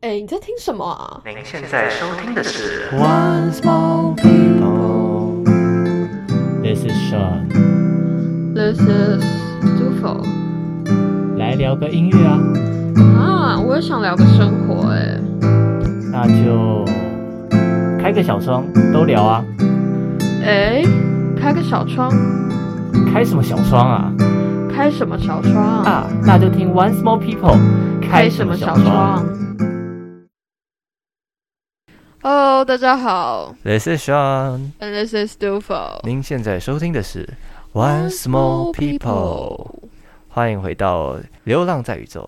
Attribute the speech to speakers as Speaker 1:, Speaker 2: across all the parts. Speaker 1: 哎，你在听什么啊？
Speaker 2: 您现在收听的是
Speaker 3: One small people. This is Sean，
Speaker 4: This is Dufo
Speaker 3: 来聊个音乐啊，
Speaker 4: 啊，我也想聊个生活哎、
Speaker 3: 那就开个小窗都聊啊，
Speaker 4: 哎、开个小窗，
Speaker 3: 开什么小窗啊？
Speaker 4: 开什么小窗？
Speaker 3: 啊，那就听 One small people，
Speaker 4: 开什么小窗？Hello，大家好
Speaker 2: ，This is Sean。
Speaker 4: ，and this is Dufo。
Speaker 2: 您现在收听的是 One Small People，欢迎回到《流浪在宇宙》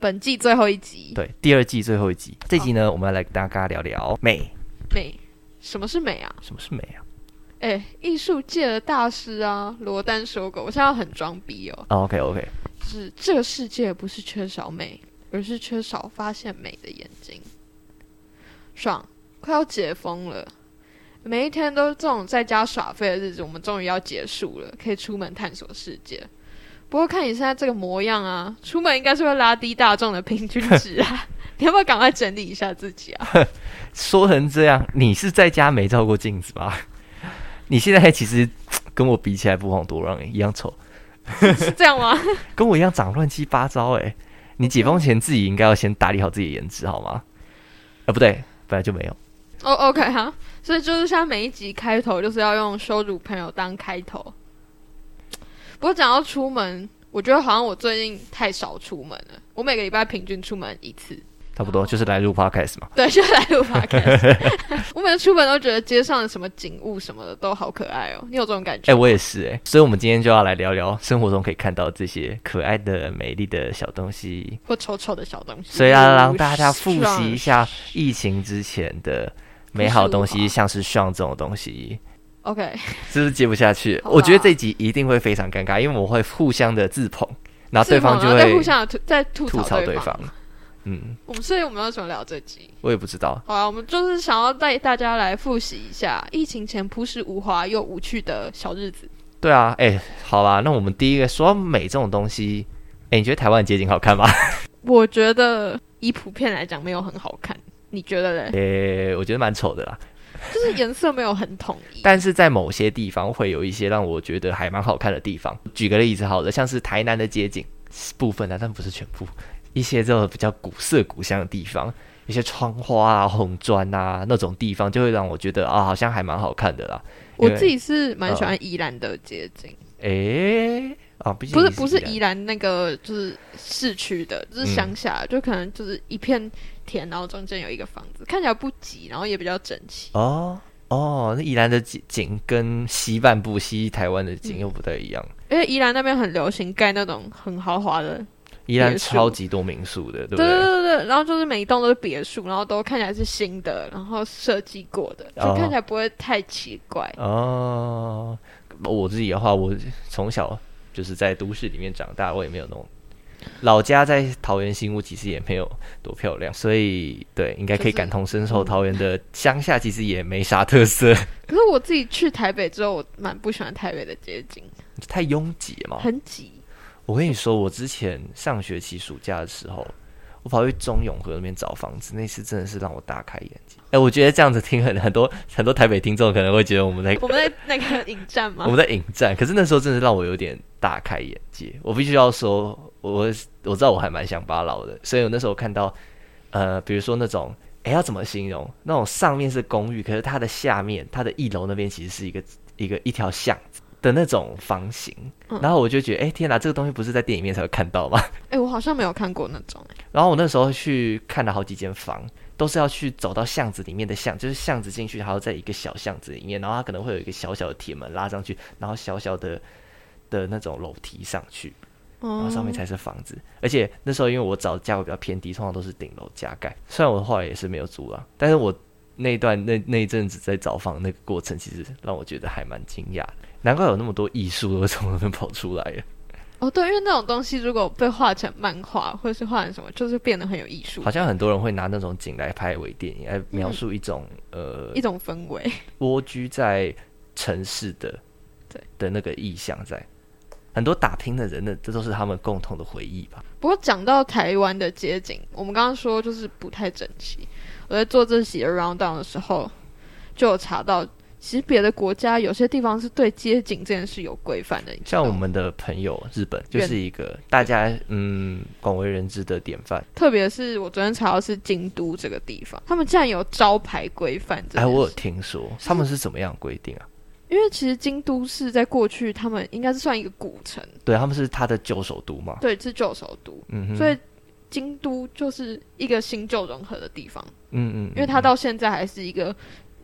Speaker 4: 本季最后一集，
Speaker 2: 对第二季最后一集。这集呢，我们来跟大家聊聊美，
Speaker 4: 美，什么是美啊？
Speaker 2: 什么是美啊、
Speaker 4: 哎、艺术界的大师啊，罗丹说过，我现在很装逼哦，
Speaker 2: o k OK，
Speaker 4: 就是这个世界不是缺少美，而是缺少发现美的眼睛。爽，快要解封了，每一天都这种在家耍废的日子，我们终于要结束了，可以出门探索世界。不过看你现在这个模样啊，出门应该是会拉低大众的 平均值啊。你要不要赶快整理一下自己啊？
Speaker 2: 说成这样，你是在家没照过镜子吧？ 你现在其实跟我比起来不遑多让、一样丑，
Speaker 4: 是这样吗？
Speaker 2: 跟我一样长乱七八糟、哎，你解封前自己应该要先打理好自己的颜值好吗？啊、不对，本来就没有。
Speaker 4: 哦、o k 哈、所以就是像每一集开头就是要用羞辱朋友当开头。不过讲到出门，我觉得好像我最近太少出门了。我每个礼拜平均出门一次，
Speaker 2: 差不多就是来录 podcast 嘛。
Speaker 4: 对，就来 录 podcast。我每次出门都觉得街上的什么景物什么的都好可爱哦。你有这种感
Speaker 2: 哎、
Speaker 4: 觉？
Speaker 2: 我也是哎、所以我们今天就要来聊聊生活中可以看到这些可爱的、美丽的小东西，
Speaker 4: 或丑丑的小东西，哦
Speaker 2: 所以要让大家
Speaker 4: 如
Speaker 2: 复习一下疫情之前的美好东
Speaker 4: 不是
Speaker 2: 西，
Speaker 4: 我
Speaker 2: 像是像这种东西，
Speaker 4: OK，
Speaker 2: 是不是接不下去？
Speaker 4: 好吧
Speaker 2: 我觉得这集一定会非常尴尬，因为我们会互相的自捧，然后啊对方
Speaker 4: 自
Speaker 2: 就
Speaker 4: 捧然后再
Speaker 2: 会
Speaker 4: 互相地吐在吐
Speaker 2: 吐槽
Speaker 4: 槽
Speaker 2: 对
Speaker 4: 方
Speaker 2: 方。。嗯，
Speaker 4: 我们所以我们要怎么聊这集？
Speaker 2: 我也不知道。
Speaker 4: 好啊，我们就是想要带大家来复习一下疫情前朴实无华又无趣的小日子。
Speaker 2: 对啊，哎、好啦，那我们第一个说到美这种东西，哎、你觉得台湾的街景好看吗？
Speaker 4: 我觉得以普遍来讲没有很好看，你觉得嘞？
Speaker 2: 哎、我觉得蛮丑的啦。
Speaker 4: 就是颜色没有很统一。
Speaker 2: 但是在某些地方会有一些让我觉得还蛮好看的地方。举个例子好了，像是台南的街景部分啊，但不是全部，一些这种比较古色古香的地方，一些窗花啊、红砖啊那种地方，就会让我觉得啊，好像还蛮好看的啦。
Speaker 4: 我
Speaker 2: 因为
Speaker 4: 自己是蛮喜欢宜兰的街景，
Speaker 2: 诶、啊，毕竟
Speaker 4: 不是
Speaker 2: 你
Speaker 4: 不是
Speaker 2: 宜兰
Speaker 4: 嗯宜兰那个就是市区的，就是乡下，就可能就是一片田，然后中间有一个房子，看起来不挤，然后也比较整齐。
Speaker 2: 哦。哦，那宜兰的景景跟西半部西台湾的
Speaker 4: 嗯
Speaker 2: 景又不太一样。
Speaker 4: 因为宜兰那边很流行盖那种很豪华的
Speaker 2: 宜兰
Speaker 4: 别墅
Speaker 2: 超级多民宿的，对不
Speaker 4: 对对对对，然后就是每一栋都是别墅，然后都看起来是新的，然后设计过的，就
Speaker 2: 哦
Speaker 4: 看起来不会太奇怪。
Speaker 2: 哦，我自己的话，我从小就是在都市里面长大，我也没有那种老家在桃园新屋，其实也没有多漂亮，所以对，应该可
Speaker 4: 就
Speaker 2: 以
Speaker 4: 是
Speaker 2: 感同身 受。桃园的乡下其实也没啥特色，
Speaker 4: 可是我自己去台北之后，我蛮不喜欢台北的街景，
Speaker 2: 太拥挤了嘛。
Speaker 4: 很挤。
Speaker 2: 我跟你说，我之前上学期暑假的时候，我跑去中永和那边找房子，那次真的是让我大开眼界。哎、我觉得这样子听很很多很多台北听众可能会觉得我们在
Speaker 4: 我们在那个影站
Speaker 2: 我
Speaker 4: 嘛，
Speaker 2: 们在引战，可是那时候真的让我有点大开眼界。我必须要说，我我知道我还蛮想巴老的，所以我那时候看到，呃，比如说那种，哎、要怎么形容？那种上面是公寓，可是它的下面，它的一楼那边其实是一个一个一条巷子的那种房型，
Speaker 4: 嗯
Speaker 2: 然后我就觉得，哎、天哪，这个东西不是在电影里面才会看到吗？
Speaker 4: 哎、我好像没有看过那种、哎
Speaker 2: 然后我那时候去看了好几间房，都是要去走到巷子里面的巷，就是巷子进去，还要在一个小巷子里面，然后它可能会有一个小小的铁门拉上去，然后小小的的那种楼梯上去，然后
Speaker 4: 哦，
Speaker 2: 上面才是房子。而且那时候因为我找的价位比较偏低，通常都是顶楼加盖，虽然我后来也是没有租啊，但是我那一段那那一阵子在找房那个过程，其实让我觉得还蛮惊讶的，难怪有那么多艺术都从那边跑出来了，
Speaker 4: 哦，对，因为那种东西如果被画成漫画，或者是画成什么，就是变得很有艺术
Speaker 2: 好，像很多人会拿那种景来拍微电影，来哎描述一种、呃
Speaker 4: 一种氛围。
Speaker 2: 蜗居在城市的
Speaker 4: 对
Speaker 2: 的那个意象在。很多打拼的人呢，这都是他们共同的回忆吧。
Speaker 4: 不过讲到台湾的街景，我们刚刚说就是不太整齐。我在做这集的 round down 的时候，就有查到，其实别的国家有些地方是对街景这件事有规范的。你知道
Speaker 2: 像
Speaker 4: 吗
Speaker 2: 我们的朋友日本，就
Speaker 4: 哦远
Speaker 2: 是一个大家嗯广为人知的典范。
Speaker 4: 特别是我昨天查到是京都这个地方，他们竟然有招牌规范这件
Speaker 2: 哎，
Speaker 4: 事。
Speaker 2: 我有听说他们是怎么样规定啊？
Speaker 4: 因为其实京都是在过去，他们应该是算一个古城，
Speaker 2: 对，他们是他的旧首都嘛。
Speaker 4: 对，是旧首都，
Speaker 2: 嗯哼，
Speaker 4: 所以京都就是一个新旧融合的地方，
Speaker 2: 嗯嗯嗯，
Speaker 4: 因为它到现在还是一个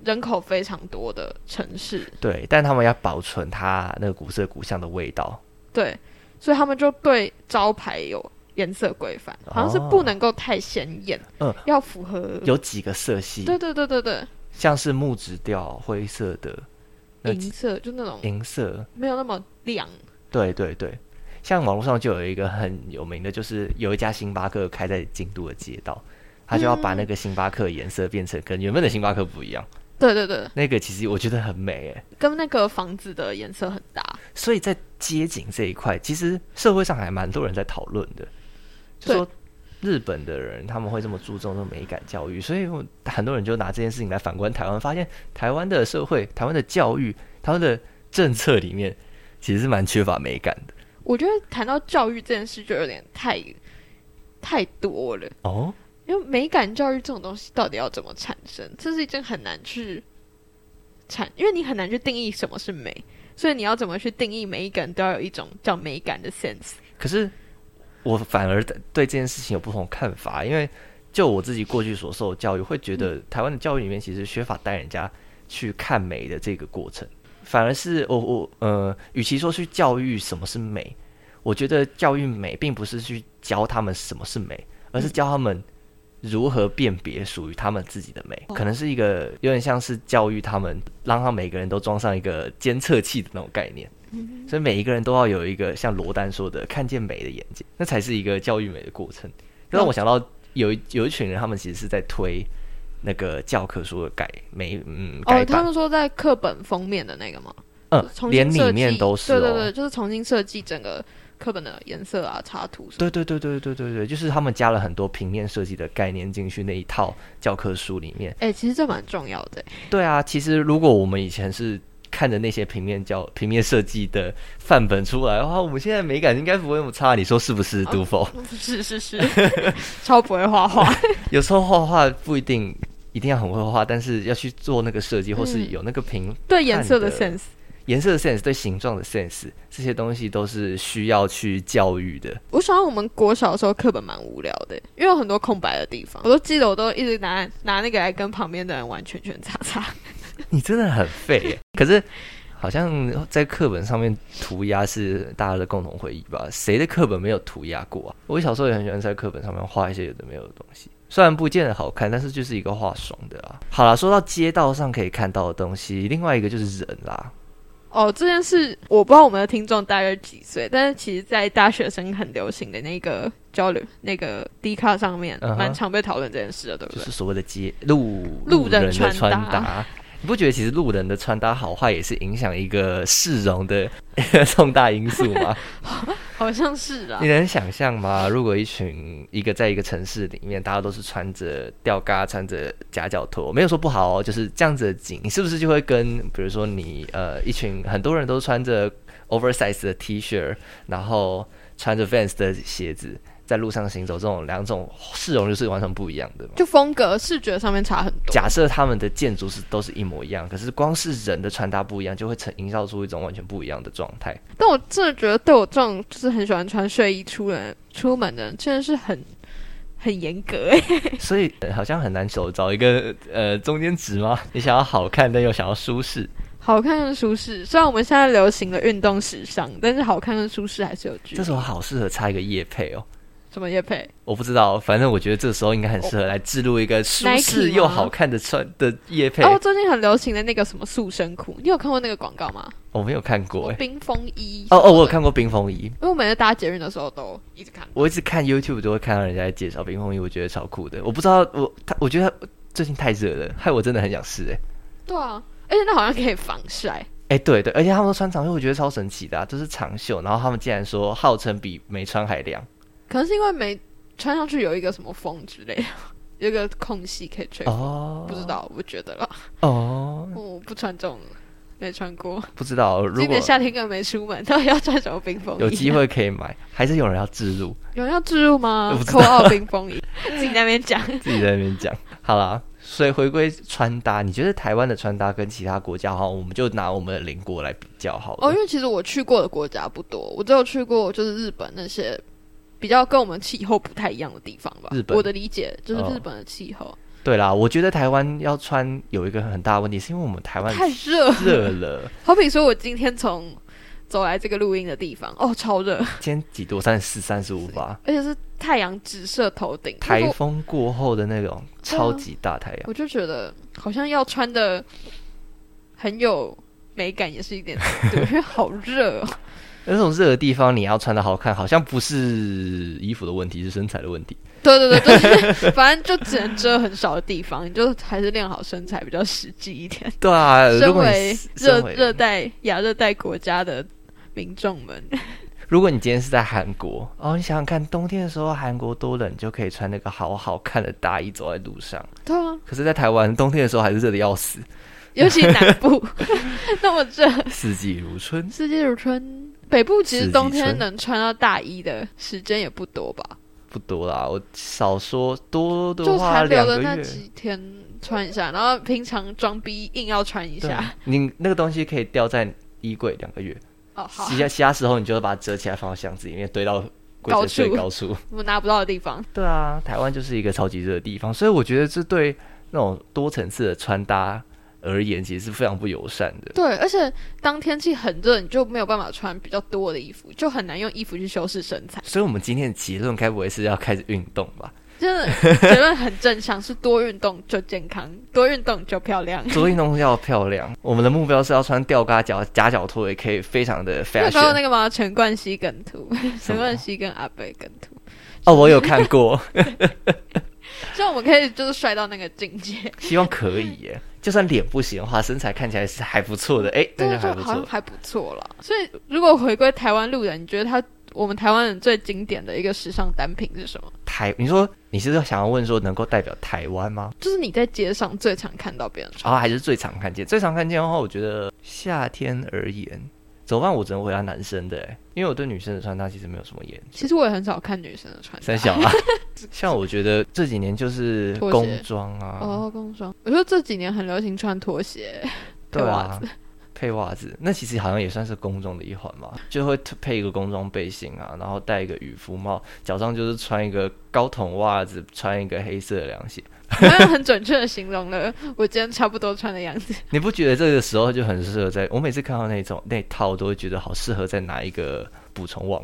Speaker 4: 人口非常多的城市，
Speaker 2: 对，但他们要保存它那个古色古香的味道。
Speaker 4: 对，所以他们就对招牌有颜色规范，
Speaker 2: 哦
Speaker 4: 好像是不能够太鲜艳，
Speaker 2: 嗯，
Speaker 4: 要符合，
Speaker 2: 有几个色系，
Speaker 4: 对对对对对，
Speaker 2: 像是木质调、灰色的、那
Speaker 4: 银色就那种
Speaker 2: 银色，
Speaker 4: 没有那么亮，
Speaker 2: 对对对。像网络上就有一个很有名的，就是有一家星巴克开在京都的街道，他就要把那个星巴克颜色变成跟原本的星巴克不一样。
Speaker 4: 对对对，
Speaker 2: 那个其实我觉得很美诶。
Speaker 4: 跟那个房子的颜色很搭，
Speaker 2: 所以在街景这一块，其实社会上还蛮多人在讨论的，就说日本的人他们会这么注重这种美感教育，所以我很多人就拿这件事情来反观台湾，发现台湾的社会、台湾的教育、台湾的政策里面其实是蛮缺乏美感的
Speaker 4: 我觉得谈到教育这件事，就有点太太多了。
Speaker 2: 哦。
Speaker 4: 因为美感教育这种东西到底要怎么产生，这是一件很难去产，因为你很难去定义什么是美，所以你要怎么去定义每一个人都要有一种叫美感的 sense。
Speaker 2: 可是我反而对这件事情有不同看法，因为就我自己过去所受的教育，会觉得台湾的教育里面其实缺乏带人家去看美的这个过程，反而是我我呃，与其说去教育什么是美，我觉得教育美并不是去教他们什么是美，而
Speaker 4: 嗯
Speaker 2: 是教他们。如何辨别属于他们自己的美，
Speaker 4: 哦
Speaker 2: 可能是一个有点像是教育他们，让他每个人都装上一个监测器的那种概念。
Speaker 4: 嗯
Speaker 2: 所以每一个人都要有一个像罗丹说的看见美的眼睛，那才是一个教育美的过程。让我想到有一有一群人，他们其实是在推那个教科书的改美，嗯，
Speaker 4: 哦，
Speaker 2: 改
Speaker 4: 他
Speaker 2: 版，
Speaker 4: 们说在课本封面的那个嘛，
Speaker 2: 嗯，
Speaker 4: 重新
Speaker 2: 连
Speaker 4: 设计
Speaker 2: 里面都是、
Speaker 4: 对
Speaker 2: 哦，
Speaker 4: 对对，就是重新设计整个课本的颜色啊、插图什么。
Speaker 2: 对对对对对对对，就是他们加了很多平面设计的概念进去那一套教科书里面。
Speaker 4: 哎、其实这蛮重要的、
Speaker 2: 对啊，其实如果我们以前是看着那些平面教平面设计的范本出来的话，我们现在美感应该不会那么差，你说是不是，
Speaker 4: 哦
Speaker 2: 杜甫？
Speaker 4: 是是是， 超不会画画。
Speaker 2: 有时候画画不一定一定要很会画，但是要去做那个设计，或是
Speaker 4: 嗯
Speaker 2: 有那个平
Speaker 4: 对颜色的
Speaker 2: 看
Speaker 4: sense，
Speaker 2: 颜色的 sense、对形状的 sense，这些东西都是需要去教育的。
Speaker 4: 我想到我们国小的时候课本蛮无聊的，因为有很多空白的地方，我都记得我都一直拿拿那个来跟旁边的人玩圈圈叉叉。
Speaker 2: 你真的很废耶，可是好像在课本上面涂鸦是大家的共同回忆吧？谁的课本没有涂鸦过啊？我小时候也很喜欢在课本上面画一些有的没有的东西。虽然不见得好看，但是就是一个画爽的啊。好啦，说到街道上可以看到的东西，另外一个就是人啦。
Speaker 4: 哦，这件事我不知道我们的听众大约几岁，但是其实，在大学生很流行的那个交流那个 D 卡上面，
Speaker 2: 嗯哼
Speaker 4: 蛮常被讨论这件事的，对不
Speaker 2: 就
Speaker 4: 对？
Speaker 2: 是所谓的街路
Speaker 4: 路
Speaker 2: 人
Speaker 4: 人
Speaker 2: 的
Speaker 4: 穿
Speaker 2: 穿
Speaker 4: 搭
Speaker 2: 搭。你不觉得其实路人的穿搭好坏也是影响一个市容的 重大因素吗？
Speaker 4: 好像是啊
Speaker 2: 你，能想象吗？如果一群一个在一个城市里面，大家都是穿着吊嘎、穿着夹脚拖，没有说不好哦，就是这样子的景，你是不是就会跟比如说你呃一群很多人都穿着 oversize 的 T 恤，然后穿着 Vans 的鞋子在路上行走，这种两种市容就是完全不一样的嘛？
Speaker 4: 就风格视觉上面差很多。
Speaker 2: 假设他们的建筑是都是一模一样，可是光是人的穿搭不一样，就会成营造出一种完全不一样的状态。
Speaker 4: 但我真的觉得，对我这种就是很喜欢穿睡衣出人出门的人，真的是很很严格哎、
Speaker 2: 所以、呃好像很难找找一个呃中间值吗？ 你想要好看，但又想要舒适。
Speaker 4: 好看跟舒适，虽然我们现在流行的运动时尚，但是好看跟舒适还是有距
Speaker 2: 这
Speaker 4: 离。
Speaker 2: 时候好适合插一个夜配哦。
Speaker 4: 什么叶配？
Speaker 2: 我不知道，反正我觉得这时候应该很适合来置入一个舒
Speaker 4: Nike
Speaker 2: 适
Speaker 4: 吗
Speaker 2: 又好看的穿的夜配。
Speaker 4: 哦，最近很流行的那个什么塑身裤，你有看过那个广告吗？
Speaker 2: 我没有看过哎、
Speaker 4: 冰封衣。
Speaker 2: 哦哦，我有，看过冰风衣，
Speaker 4: 因为我每次搭捷运的时候都一直看。
Speaker 2: 我一直看 YouTube 都会看到人家在介绍冰风衣，我觉得超酷的。我不知道我他，我觉得他最近太热了，害我真的很想试哎、
Speaker 4: 对啊，而且那好像可以防晒，
Speaker 2: 哎、对对，而且他们都穿长袖，我觉得超神奇的、啊，就是长袖，然后他们竟然说号称比没穿还凉。
Speaker 4: 可能是因为没穿上去有一个什么风之类的，有一个空隙可以吹风，
Speaker 2: 哦
Speaker 4: 不知道，我觉得啦，
Speaker 2: 哦，
Speaker 4: 我不穿这种，没穿过。
Speaker 2: 不知道，如
Speaker 4: 今
Speaker 2: 果
Speaker 4: 年夏天根本没出门，到底要穿什么冰风衣？
Speaker 2: 有机，会可以买，还是有人要 置入
Speaker 4: 有人要置入吗
Speaker 2: 我不？知
Speaker 4: 扣奥冰风 衣，自己那边讲。
Speaker 2: 自己在那边讲。好啦，所以回归穿搭，你觉得台湾的穿搭跟其他国家好，我们就拿我们的邻国来比较好了。
Speaker 4: 哦，因为其实我去过的国家不多，我只有去过就是日本那些比较跟我们气候不太一样的地方吧。
Speaker 2: 日本
Speaker 4: 我的理解就是
Speaker 2: 哦
Speaker 4: 日本的气候、
Speaker 2: 对啦，我觉得台湾要穿有一个很大的问题，是因为我们台湾
Speaker 4: 太热，
Speaker 2: 热 了，
Speaker 4: 好比说我今天从走来这个录音的地方，哦，超热，
Speaker 2: 今天几度？三十四、三十五吧。
Speaker 4: 而且是太阳直射头顶，如
Speaker 2: 台
Speaker 4: 果
Speaker 2: 风过后的那种
Speaker 4: 对啊
Speaker 2: 超级大太阳，
Speaker 4: 我就觉得好像要穿的很有美感，也是一 点难度，因为好热、哦。
Speaker 2: 那种热的地方，你要穿的好看，好像不是衣服的问题，是身材的问题。
Speaker 4: 对对对对，就是 反正就只能遮很少的地方，你就还是练好身材比较实际一点。
Speaker 2: 对啊，如
Speaker 4: 身
Speaker 2: 果
Speaker 4: 为
Speaker 2: 你
Speaker 4: 热
Speaker 2: 身为
Speaker 4: 热带亚热带国家的民众们，
Speaker 2: 如果你今天是在韩国，哦，你想想看，冬天的时候韩国多冷，你就可以穿那个好好看的大衣走在路上。
Speaker 4: 对啊，
Speaker 2: 可是，在台湾冬天的时候还是热的要 死，
Speaker 4: 尤其南 部那么热，
Speaker 2: 四季如春。
Speaker 4: 四季如春。北部其
Speaker 2: 四
Speaker 4: 实
Speaker 2: 季
Speaker 4: 冬天
Speaker 2: 春
Speaker 4: 能穿到大衣的时间也不多吧，
Speaker 2: 不多啦，我少说多
Speaker 4: 就
Speaker 2: 的话
Speaker 4: 寒流
Speaker 2: 两
Speaker 4: 的
Speaker 2: 个
Speaker 4: 那
Speaker 2: 月。
Speaker 4: 几天穿一下，然后平常装逼硬要穿一
Speaker 2: 对
Speaker 4: 下。，
Speaker 2: 啊你那个东西可以吊在衣柜两个月，
Speaker 4: 哦，好
Speaker 2: 其，他其他时候你就把它折起来放到箱子里面，堆到柜
Speaker 4: 高
Speaker 2: 子最
Speaker 4: 处
Speaker 2: 高处。
Speaker 4: 我拿不到的地方，
Speaker 2: 对啊，台湾就是一个超级热的地方，所以我觉得这对那种多层次的穿搭而言，其实是非常不友善的。
Speaker 4: 对，而且当天气很热，你就没有办法穿比较多的衣服，就很难用衣服去修饰身材。
Speaker 2: 所以，我们今天的结论该不会是要开始运动吧？
Speaker 4: 真的结论很正向，是多运动就健康，多运动就漂 亮。
Speaker 2: 做运动要漂亮， 我们的目标是要穿吊嘎脚、夹脚拖，也可以非常的
Speaker 4: 你有看过那
Speaker 2: fashion。
Speaker 4: 个吗？陈冠希梗图，
Speaker 2: 什
Speaker 4: 陈
Speaker 2: 么
Speaker 4: 冠希跟阿贝梗图，
Speaker 2: 哦，我有看过，
Speaker 4: 就我们可以就是帅到那个境界，
Speaker 2: 希望可以耶。就算脸不行的话，身材看起来是还不错的，哎、那
Speaker 4: 对，啊
Speaker 2: 就还
Speaker 4: 就
Speaker 2: 不
Speaker 4: 好像
Speaker 2: 错。
Speaker 4: 还不错了。所以如果回归台湾路人，你觉得他我们台湾人最经典的一个时尚单品是什么？
Speaker 2: 台，你说你是想要问说能够代表台湾吗？
Speaker 4: 就是你在街上最常看到别人穿。
Speaker 2: 然后还是最常看见，最常看见的话，我觉得夏天而言，怎么办？我只能回答男生的，哎，因为我对女生的穿搭其实没有什么研究。
Speaker 4: 其实我也很少看女生的穿
Speaker 2: 三
Speaker 4: 搭。
Speaker 2: 小 啊，像我觉得这几年就是
Speaker 4: 拖鞋
Speaker 2: 工装啊，
Speaker 4: 哦，工装，我觉得这几年很流行穿拖鞋，
Speaker 2: 对
Speaker 4: 配袜
Speaker 2: 啊，配袜子，那其实好像也算是工装的一环嘛，就会配一个工装背心啊，然后戴一个渔夫帽，脚上就是穿一个高筒袜子，穿一个黑色的凉鞋。
Speaker 4: 好像很准确的形容 了我今天差不多穿的样子。
Speaker 2: 你不觉得这个时候就很适合在？我每次看到那种那套，都会觉得好适合再拿一个补充网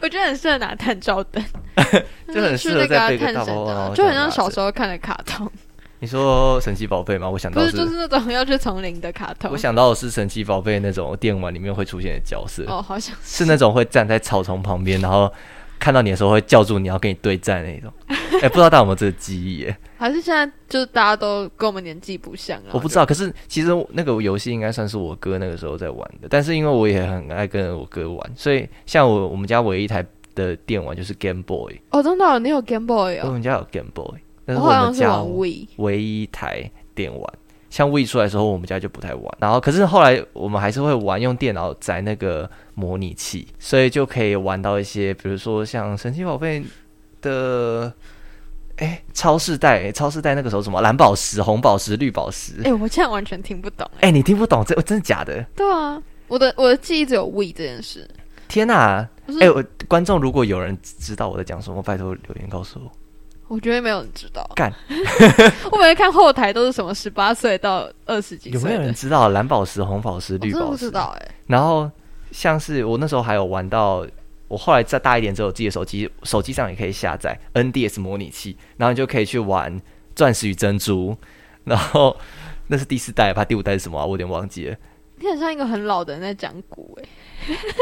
Speaker 4: 我觉得很适合拿探照灯，
Speaker 2: 就很适
Speaker 4: 去那
Speaker 2: 合在
Speaker 4: 个
Speaker 2: 背个
Speaker 4: 探
Speaker 2: 大
Speaker 4: 照
Speaker 2: 包包然后
Speaker 4: 灯，就很
Speaker 2: 这样
Speaker 4: 像
Speaker 2: 拿
Speaker 4: 小
Speaker 2: 着
Speaker 4: 时候看的卡通，
Speaker 2: 你说神奇宝贝吗？我想
Speaker 4: 不
Speaker 2: 到
Speaker 4: 是就是那种要去丛林的卡通
Speaker 2: 我。想到的是神奇宝贝那种电玩里面会出现的角色，
Speaker 4: 哦，好像
Speaker 2: 是那种会站在草丛旁边，然后看到你的时候会叫住你，要跟你对战那 种。哎、不知道大家有没有这个记忆耶？
Speaker 4: 还是现在就是大家都跟我们年纪不像啊了。
Speaker 2: 我不知
Speaker 4: 道，
Speaker 2: 道，可是其实那个游戏应该算是我哥那个时候在玩的，但是因为我也很爱跟我哥玩，所以像我我们家唯一一台的电玩就是 Game Boy，、
Speaker 4: 哦，真的哦，你有 Game Boy
Speaker 2: 我
Speaker 4: 哦？
Speaker 2: 们家有 Game Boy，但
Speaker 4: 我
Speaker 2: 是
Speaker 4: 好像
Speaker 2: 们
Speaker 4: 是
Speaker 2: 家
Speaker 4: 玩 We，
Speaker 2: 唯一一台电玩。像 Wii 出来的时候，我们家就不太玩。然后，可是后来我们还是会玩，用电脑载那个模拟器，所以就可以玩到一些，比如说像神奇宝贝的，哎，超市袋，超市袋那个时候什么蓝宝石、红宝石、绿宝石。
Speaker 4: 哎，我现在完全听不懂。
Speaker 2: 哎，你听不懂这真的假的？
Speaker 4: 对啊，我的我的记忆只有 We 这件事。
Speaker 2: 天哪！
Speaker 4: 不是
Speaker 2: 哎，我观众如果有人知道我在讲什么，拜托留言告诉我。
Speaker 4: 我觉得没有人知道。
Speaker 2: 干！
Speaker 4: 我每次看后台都是什么十八岁到二十几
Speaker 2: 有没
Speaker 4: 岁
Speaker 2: 有人
Speaker 4: 的，
Speaker 2: 知道蓝宝石、红宝石、
Speaker 4: 我
Speaker 2: 绿
Speaker 4: 真的
Speaker 2: 宝
Speaker 4: 不
Speaker 2: 石？
Speaker 4: 知道哎。
Speaker 2: 然后像是我那时候还有玩到，我后来再大一点之后，有自己的手机手机上也可以下载 NDS 模拟器，然后你就可以去玩钻石与珍珠，然后那是第四代吧，第五代是什么啊、我有点忘 记了。
Speaker 4: 你很像一个很老的人在讲古哎。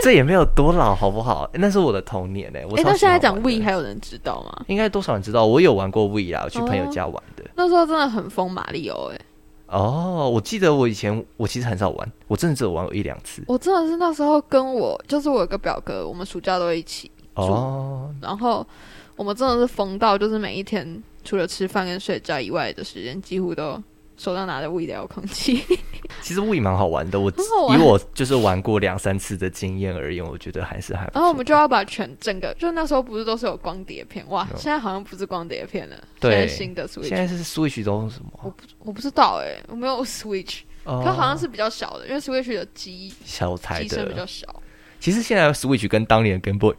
Speaker 2: 这也没有多老，好不好？那是我的童年呢、我
Speaker 4: 哎，
Speaker 2: 超
Speaker 4: 那
Speaker 2: 喜
Speaker 4: 现
Speaker 2: 欢
Speaker 4: 在
Speaker 2: 玩的、
Speaker 4: 讲 We 还有人知道吗？哦
Speaker 2: 应该多少人知道，我有玩过 We 啦，我去朋友家玩的。
Speaker 4: 那时候真的很疯马里奥哎。
Speaker 2: 哦，我记得我以前我其实很少玩，我真的只有玩过一两次。
Speaker 4: 我真的是那时候跟我，就是我有个表哥，我们暑假都会一起，
Speaker 2: 哦，
Speaker 4: 然后我们真的是疯到，就是每一天除了吃饭跟睡觉以外的时间，几乎都手上拿着无聊空气。
Speaker 2: 其实 Wii 蛮好玩的，我
Speaker 4: 很好玩
Speaker 2: 以我就是玩过两三次的经验而言，我觉得还是还不错。
Speaker 4: 然哦后我们就要把全整个，就那时候不是都是有光碟片哇，
Speaker 2: 有
Speaker 4: 现在好像不是光碟片了，
Speaker 2: 对
Speaker 4: 现在新的 Switch，
Speaker 2: 现在是 Switch 都是什么？
Speaker 4: 我不知道哎、我没有 Switch，、
Speaker 2: 哦
Speaker 4: 可好像是比较小的，因为 Switch 的机
Speaker 2: 小台
Speaker 4: 机身比较
Speaker 2: 的。
Speaker 4: 小，
Speaker 2: 其实现在 Switch 跟当年的 Game Boy，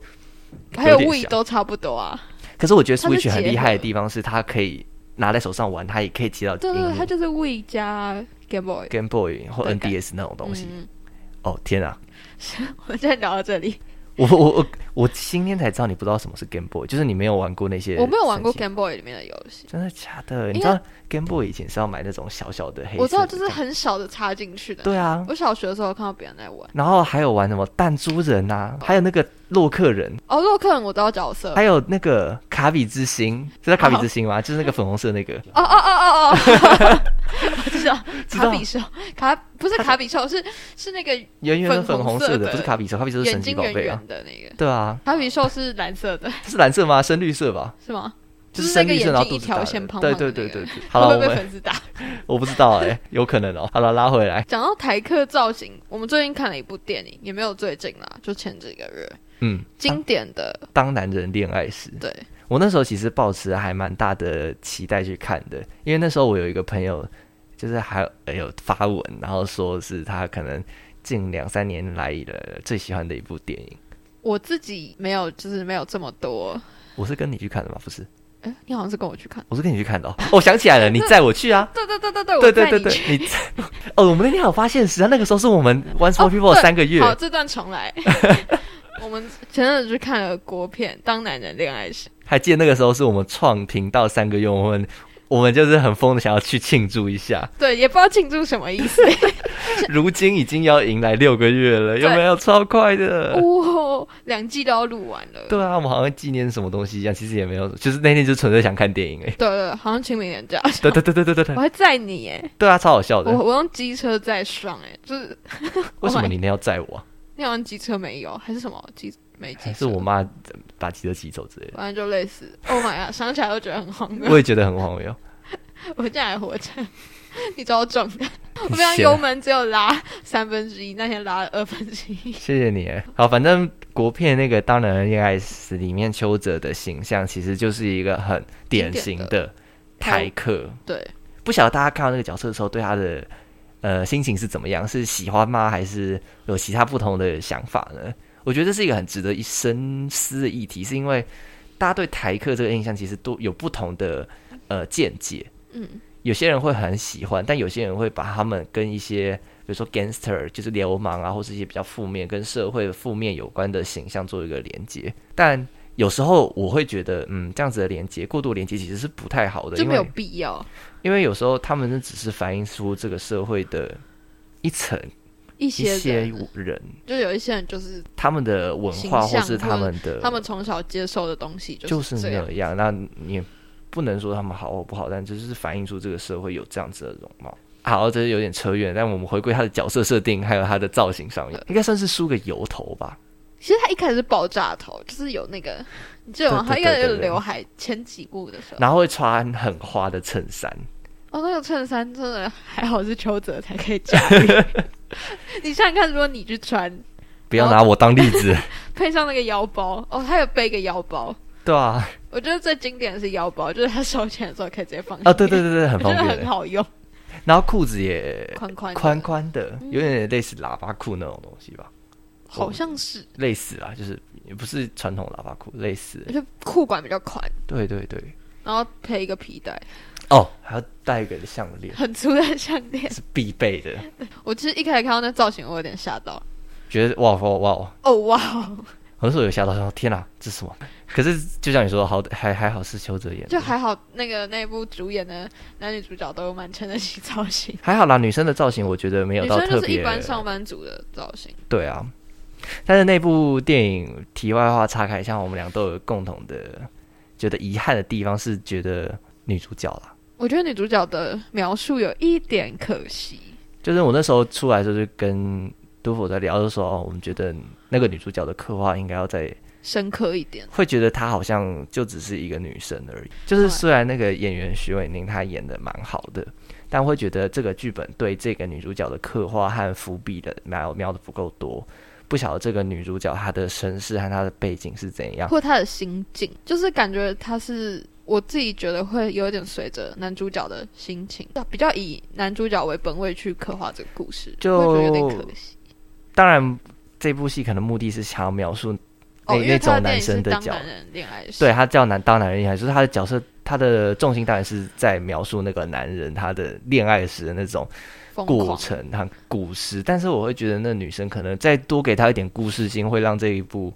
Speaker 4: 还有
Speaker 2: 点
Speaker 4: We
Speaker 2: 像
Speaker 4: 都差不多啊。
Speaker 2: 可是我觉得
Speaker 4: 它是
Speaker 2: Switch 很
Speaker 4: 结
Speaker 2: 厉害
Speaker 4: 合
Speaker 2: 的地方是它可以拿在手上玩，它也可以接到
Speaker 4: 对对
Speaker 2: 荧
Speaker 4: 对，
Speaker 2: 幕
Speaker 4: 它就是 We 加 Game Boy。
Speaker 2: Game Boy 或
Speaker 4: 对感
Speaker 2: NDS 那种东西。
Speaker 4: 嗯，
Speaker 2: 哦天啊！
Speaker 4: 我们现在聊到这里，
Speaker 2: 我我我我今天才知道你不知道什么是 Game Boy，就是你没有玩过那些。
Speaker 4: 我没有玩过。Game Boy 里面的游戏，
Speaker 2: 真的假的？你
Speaker 4: 因
Speaker 2: 知
Speaker 4: 为
Speaker 2: 道 Game Boy 以前是要买那种小小的黑色的
Speaker 4: 我知道就是很小的插进去的。
Speaker 2: 对啊，
Speaker 4: 我小学的时候看到别人在玩，
Speaker 2: 然后还有玩什么弹珠人啊，还有那个洛克人，
Speaker 4: 哦，洛克人我知道角色。
Speaker 2: 还有那个卡比之星，知道卡比之星
Speaker 4: 哦
Speaker 2: 吗？就是那个粉红色那个，
Speaker 4: 哦哦哦哦哦， 我知道
Speaker 2: 知
Speaker 4: 卡
Speaker 2: 道
Speaker 4: 比兽，卡不是卡比兽，是是那个
Speaker 2: 圆圆的
Speaker 4: 粉
Speaker 2: 粉
Speaker 4: 红
Speaker 2: 红
Speaker 4: 色的
Speaker 2: 色的，不是卡比兽，卡比兽是
Speaker 4: 眼
Speaker 2: 神奇
Speaker 4: 睛
Speaker 2: 宝
Speaker 4: 圆
Speaker 2: 贝啊。
Speaker 4: 圆的那个。
Speaker 2: 对啊，
Speaker 4: 卡比兽是蓝色的，
Speaker 2: 是蓝色吗？深绿色吧，
Speaker 4: 是吗？
Speaker 2: 就是
Speaker 4: 那
Speaker 2: 深
Speaker 4: 个
Speaker 2: 绿色，
Speaker 4: 眼
Speaker 2: 然后
Speaker 4: 睛一
Speaker 2: 肚子
Speaker 4: 条
Speaker 2: 大
Speaker 4: 线
Speaker 2: 的。
Speaker 4: 胖胖
Speaker 2: 对
Speaker 4: 的
Speaker 2: 对
Speaker 4: 那
Speaker 2: 对
Speaker 4: 个
Speaker 2: 对，对 好
Speaker 4: 会不
Speaker 2: 了，我
Speaker 4: 会被
Speaker 2: 们
Speaker 4: 粉丝打？
Speaker 2: 我不知道哎，有可能哦。好了，拉回来，
Speaker 4: 讲到台客造型，我们最近看了一部电影，也没有最近啦，就前几个月，
Speaker 2: 嗯，
Speaker 4: 经典的、
Speaker 2: 当男人恋爱时，
Speaker 4: 对，
Speaker 2: 我那时候其实抱持还蛮大的期待去看的，因为那时候我有一个朋友，就是还有呃有发文，然后说是他可能近两三年来的最喜欢的一部电影。
Speaker 4: 我自己没有，就是没有这么多。
Speaker 2: 我是跟你去看的吗？不是，
Speaker 4: 哎，你好像是跟我去看，
Speaker 2: 我是跟你
Speaker 4: ！
Speaker 2: 去看的、哦。我想起来了，你载我去啊
Speaker 4: 对对对对对，
Speaker 2: 对
Speaker 4: 我
Speaker 2: 对
Speaker 4: 带
Speaker 2: 对
Speaker 4: 你
Speaker 2: 对
Speaker 4: 去。，
Speaker 2: 你载哦，我们那天好发现实啊，那个时候是我们 Once for
Speaker 4: 哦
Speaker 2: People
Speaker 4: 对
Speaker 2: 三个月，
Speaker 4: 好，这段重来。 我们前阵子去看了国片《当男人恋爱时》，
Speaker 2: 还记得那个时候是我们创频道三个月，我们我们就是很疯的想要去庆祝一下。
Speaker 4: 对，也不知道庆祝什么意思。
Speaker 2: 如今已经要迎来六个月了，有没有超快 的？
Speaker 4: 哦，两季都要录完了。
Speaker 2: 对啊，我们好像纪念什么东西一样，其实也没有，就是那天就纯粹想看电影哎、
Speaker 4: 对对，好像清明年假。
Speaker 2: 对对对对对对
Speaker 4: 啊我
Speaker 2: 对，
Speaker 4: 还载你耶，
Speaker 2: 对啊，超哎好笑
Speaker 4: 我
Speaker 2: 的。
Speaker 4: 我用机车载上哎，就是
Speaker 2: 为什么你那天要载我啊、
Speaker 4: 那辆机车没有，还是什么机没机车？
Speaker 2: 还是我妈把骑车骑走 之类的？
Speaker 4: 反正就类似。Oh my god，想起来都觉得很荒谬
Speaker 2: 我。也觉得很荒谬。
Speaker 4: 我竟然还活着，你找我撞 的。我
Speaker 2: 很
Speaker 4: 平常
Speaker 2: 闲
Speaker 4: 油门只有拉三分之一，那天拉了二分之一。
Speaker 2: 谢谢你哎。好，反正国片那个《当男人恋爱时》里面邱泽的形象，其实就是一个很典型
Speaker 4: 经典
Speaker 2: 的台客。
Speaker 4: 对，
Speaker 2: 不晓得大家看到那个角色的时候，对他的呃心情是怎么样？是喜欢吗？还是有其他不同的想法呢？我觉得这是一个很值得一深思的议题，是因为大家对台客这个印象其实都有不同的呃见解。
Speaker 4: 嗯，
Speaker 2: 有些人会很喜欢，但有些人会把他们跟一些比如说 gangster 就是流氓啊，或是一些比较负面跟社会负面有关的形象做一个连接。但有时候我会觉得，嗯，这样子的连接过度连接其实是不太好的，
Speaker 4: 就
Speaker 2: 因
Speaker 4: 没有
Speaker 2: 为
Speaker 4: 必要
Speaker 2: 因为有时候他们那只是反映出这个社会的一层
Speaker 4: 一
Speaker 2: 一
Speaker 4: 些
Speaker 2: 些
Speaker 4: 人，
Speaker 2: 人
Speaker 4: 就有一些人就是
Speaker 2: 他们的文化
Speaker 4: 形象
Speaker 2: 或是他们的
Speaker 4: 他们从小接受的东西
Speaker 2: 就是
Speaker 4: 这样。
Speaker 2: 那样。那你也不能说他们好或不好，但就是反映出这个社会有这样子的容貌。好，这是有点扯远，但我们回归他的角色设定，还有他的造型上面，应该算是梳个油头吧。
Speaker 4: 其实他一开始是爆炸头，就是有那个，你记得吗？
Speaker 2: 对对
Speaker 4: 他一开始
Speaker 2: 对
Speaker 4: 有
Speaker 2: 对对
Speaker 4: 刘海，前几部的时候，
Speaker 2: 然后会穿很花的衬衫，
Speaker 4: 哦，那个衬衫真的还好是邱泽才可以驾驭。 你想想看，如果你去穿，
Speaker 2: 不要拿我当例 子，
Speaker 4: 配上那个腰包，哦，他有背一个腰包，
Speaker 2: 对啊，
Speaker 4: 我觉得最经典的是腰包，就是他收钱的时候可以直接放
Speaker 2: 啊，对对对对， 很
Speaker 4: 我觉
Speaker 2: 方
Speaker 4: 得
Speaker 2: 便
Speaker 4: 很
Speaker 2: 的。
Speaker 4: 好用，
Speaker 2: 然后裤子也
Speaker 4: 宽宽的
Speaker 2: 宽，宽的，有点类似喇叭裤那种东西吧，
Speaker 4: 好像是，
Speaker 2: 类似啦，就是也不是传统喇叭裤，类似。
Speaker 4: 就裤管比较宽，
Speaker 2: 对对对，
Speaker 4: 然后配一个皮带，
Speaker 2: 哦，还要戴一个项链，
Speaker 4: 很粗的项链。
Speaker 2: 是必备的。
Speaker 4: 我其实一开始看到那造型，我有点吓到，
Speaker 2: 觉得哇哇哇，
Speaker 4: 哦哇哦，
Speaker 2: 很少有吓到，说天哪、这是什么？可是就像你说，好还还好是邱泽演的，
Speaker 4: 就还好那个那部主演的男女主角都有蛮撑得起造型，
Speaker 2: 还好啦。女生的造型我觉得没有
Speaker 4: 女
Speaker 2: 到
Speaker 4: 生
Speaker 2: 特
Speaker 4: 就是
Speaker 2: 别，
Speaker 4: 一般上班族的造型。
Speaker 2: 对啊。但是那部电影题外话岔开一下，我们俩都有共同的觉得遗憾的地方是觉得女主角啦，
Speaker 4: 我觉得女主角的描述有一点可惜。
Speaker 2: 就是我那时候出来的时候，就跟杜甫在聊，就说哦，我们觉得那个女主角的刻画应该要在，
Speaker 4: 深刻一点，
Speaker 2: 会觉得她好像就只是一个女生而已。就是
Speaker 4: 对
Speaker 2: 虽然那个演员徐伟宁她演的蛮好的，但会觉得这个剧本对这个女主角的刻画和伏笔的描描的不够多，不晓得这个女主角她的身世和她的背景是怎样。
Speaker 4: 或她的心境，就是感觉她是我自己觉得会有点随着男主角的心情，比较以男主角为本位去刻画这个故事，
Speaker 2: 就
Speaker 4: 我会觉得有点可惜。
Speaker 2: 当然，这部戏可能目的是想要描述
Speaker 4: 哦，
Speaker 2: 那、
Speaker 4: 因为
Speaker 2: 那
Speaker 4: 他
Speaker 2: 种
Speaker 4: 的电
Speaker 2: 男
Speaker 4: 影
Speaker 2: 生
Speaker 4: 是
Speaker 2: 的
Speaker 4: 当
Speaker 2: 角
Speaker 4: 男人恋爱时，
Speaker 2: 对啊他叫男当男人恋爱，就是他的角色，他的重心当然是在描述那个男人他的恋爱时的那种
Speaker 4: 疯
Speaker 2: 过
Speaker 4: 狂，
Speaker 2: 程和故事。但是我会觉得那女生可能再多给他一点故事性，会让这一部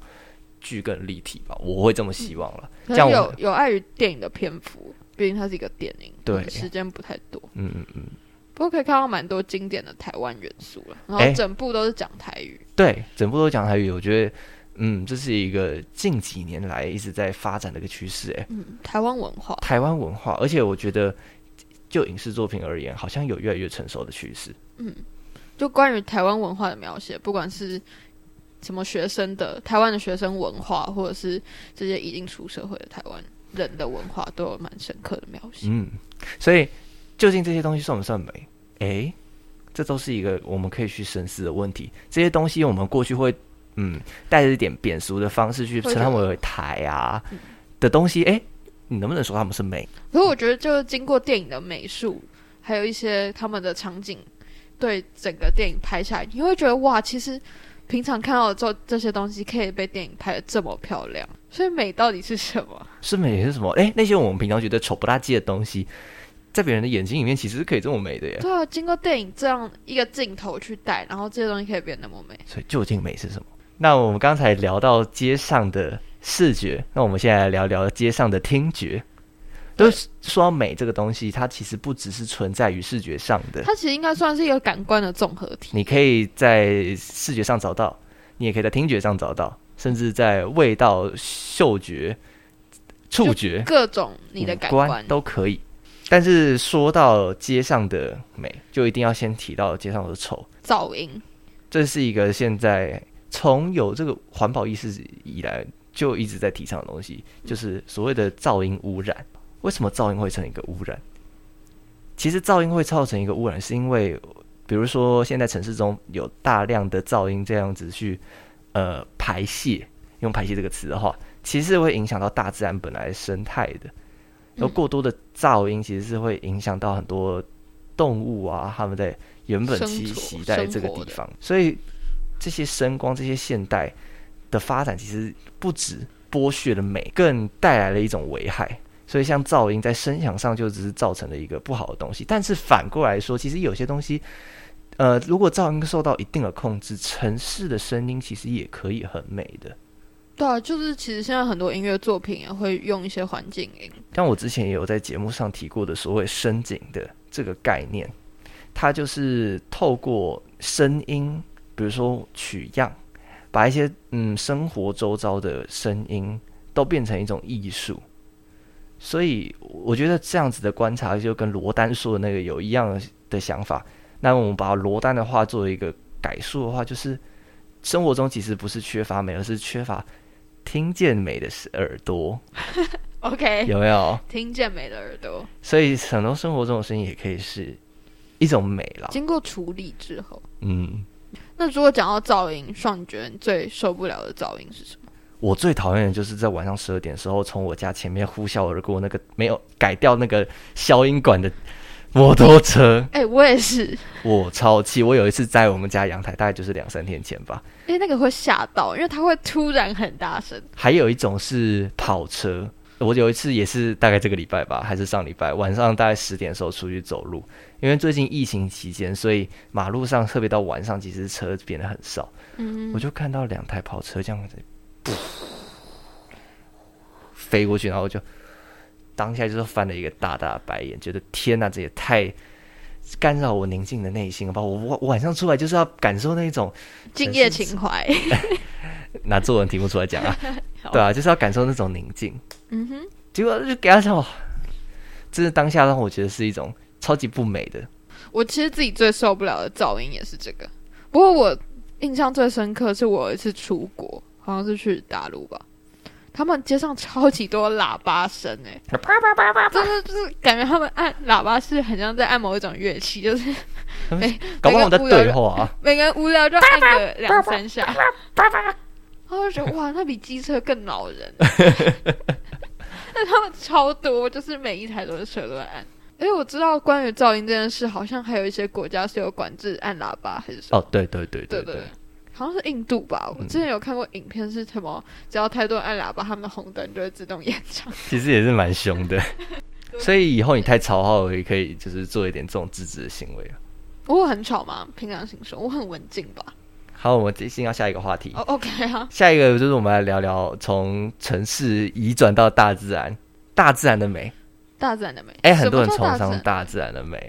Speaker 2: 剧更立体吧，我会这么希望了。
Speaker 4: 可
Speaker 2: 这样
Speaker 4: 能
Speaker 2: 我
Speaker 4: 有有碍于电影的篇幅，毕竟它是一个电影，
Speaker 2: 对
Speaker 4: 时间不太多。
Speaker 2: 嗯嗯嗯，
Speaker 4: 不过可以看到蛮多经典的台湾元素了，然
Speaker 2: 哎
Speaker 4: 后整部都是讲台语，
Speaker 2: 对，整部都讲台语，我觉得。嗯，这是一个近几年来一直在发展的一个趋势，哎，
Speaker 4: 嗯，台湾文化，
Speaker 2: 台湾文化，而且我觉得就影视作品而言，好像有越来越成熟的趋势。
Speaker 4: 就关于台湾文化的描写，不管是什么学生的台湾的学生文化，或者是这些已经出社会的台湾人的文化，都有蛮深刻的描写。
Speaker 2: 嗯，所以究竟这些东西算不算美？诶，这都是一个我们可以去深思的问题。这些东西我们过去会嗯带着一点贬俗的方式去
Speaker 4: 会
Speaker 2: 称
Speaker 4: 觉
Speaker 2: 它
Speaker 4: 得
Speaker 2: 为台啊的东西，诶，你能不能说他们是美？
Speaker 4: 可是我觉得，就是经过电影的美术，还有一些他们的场景，对整个电影拍下来，你会觉得哇，其实平常看到的这这些东西，可以被电影拍的这么漂亮。所以美到底是什么？
Speaker 2: 是美是什么？诶，那些我们平常觉得丑不拉几的东西，在别人的眼睛里面其实是可以这么美的耶。
Speaker 4: 对啊，经过电影这样一个镜头去带，然后这些东西可以变得那么美。
Speaker 2: 所以究竟美是什么？那我们刚才聊到街上的视觉，那我们现在来聊聊街上的听觉。
Speaker 4: 对
Speaker 2: 就是说到美这个东西，它其实不只是存在于视觉上 的，
Speaker 4: 它其实应该算是一个感官的综合体。
Speaker 2: 你可以在视觉上找到，你也可以在听觉上找到，甚至在味道、嗅觉、触觉、
Speaker 4: 各种你的
Speaker 2: 五
Speaker 4: 感
Speaker 2: 官都可以。但是说到街上的美，就一定要先提到街上的丑，
Speaker 4: 噪音，
Speaker 2: 这是一个现在从有这个环保意识以来就一直在提倡的东西，就是所谓的噪音污染。为什么噪音会成一个污染？其实噪音会造成一个污染，是因为比如说现在城市中有大量的噪音这样子去呃排泄，用排泄这个词的话，其实会影响到大自然本来生态的。有过多的噪音其实是会影响到很多动物啊，它们在原本
Speaker 4: 生
Speaker 2: 栖
Speaker 4: 存
Speaker 2: 息在这个
Speaker 4: 生活
Speaker 2: 地
Speaker 4: 的
Speaker 2: 方，所以这些声光、这些现代的发展，其实不止剥削了美，更带来了一种危害。所以，像噪音在声响上就只是造成了一个不好的东西，但是反过来说，其实有些东西，呃，如果噪音受到一定的控制，城市的声音其实也可以很美的。
Speaker 4: 对啊，就是其实现在很多音乐作品也会用一些环境音，
Speaker 2: 像我之前也有在节目上提过的所谓声景的这个概念，它就是透过声音，比如说取样，把一些嗯生活周遭的声音都变成一种艺术。所以我觉得这样子的观察就跟罗丹说的那个有一样的想法。那我们把罗丹的话作为一个改述的话，就是生活中其实不是缺乏美，而是缺乏听见美的耳朵，
Speaker 4: OK，
Speaker 2: 有没有？
Speaker 4: 听见美的耳朵，
Speaker 2: 所以很多生活中的声音也可以是一种美啦。
Speaker 4: 经过处理之后，
Speaker 2: 嗯，
Speaker 4: 那如果讲到噪音，上你觉得你最受不了的噪音是什么？
Speaker 2: 我最讨厌的就是在晚上十二点的时候，从我家前面呼啸而过那个没有改掉那个消音管的摩托车，
Speaker 4: 哎、我也是，
Speaker 2: 我超气！我有一次在我们家阳台，大概就是两三天前吧。
Speaker 4: 哎、那个会吓到，因为它会突然很大 声，
Speaker 2: 还有一种是跑车，我有一次也是大概这个礼拜吧，还是上礼拜晚上大概十点的时候出去走路，因为最近疫情期间，所以马路上特别到晚上，其实车变得很少。
Speaker 4: 嗯
Speaker 2: 我，就看到两台跑车这样子，噗飞过去，然后我就当下就是翻了一个大大的白眼，觉得天哪，这也太干扰我宁静的内心了吧！我我我晚上出来就是要感受那种，
Speaker 4: 敬业情怀，
Speaker 2: 拿作文题目出来讲啊
Speaker 4: 好，
Speaker 2: 对啊，就是要感受那种宁静。
Speaker 4: 嗯哼，
Speaker 2: 结果就给他讲，哦真的当下让我觉得是一种超级不美 的。
Speaker 4: 我其实自己最受不了的噪音也是这个。不过我印象最深刻是我有一次出国，好像是去大陆吧，他们街上超级多喇叭声哎、
Speaker 2: 啪
Speaker 4: 真的就是感觉他们按喇叭是很像在按某一种乐器，就是
Speaker 2: 搞不好我
Speaker 4: 那个
Speaker 2: 在
Speaker 4: 不
Speaker 2: 对话、啊，
Speaker 4: 每个人无聊就按个两三下，然后就觉得哇，那比机车更恼人。但他们超多，就是每一台都是车都在按。因为我知道关于噪音这件事，好像还有一些国家是有管制按喇叭还是什么。
Speaker 2: 哦，对对对
Speaker 4: 对
Speaker 2: 对，嗯
Speaker 4: 好像是印度吧，我之前有看过影片，是什么、只要太多人按喇叭，他们的红灯就会自动延长。
Speaker 2: 其实也是蛮凶的。所以以后你太吵后，也可以就是做一点这种制止的行为啊。
Speaker 4: 我很吵吗？凭良心说，我很文静吧。
Speaker 2: 好，我们进进到下一个话题。
Speaker 4: 哦、o k 啊，
Speaker 2: 下一个就是我们来聊聊从城市移转到大自然，大自然的美。
Speaker 4: 大自然的美。
Speaker 2: 哎、
Speaker 4: 什
Speaker 2: 很
Speaker 4: 么
Speaker 2: 多人
Speaker 4: 叫
Speaker 2: 崇
Speaker 4: 自然
Speaker 2: 尚大自然的美。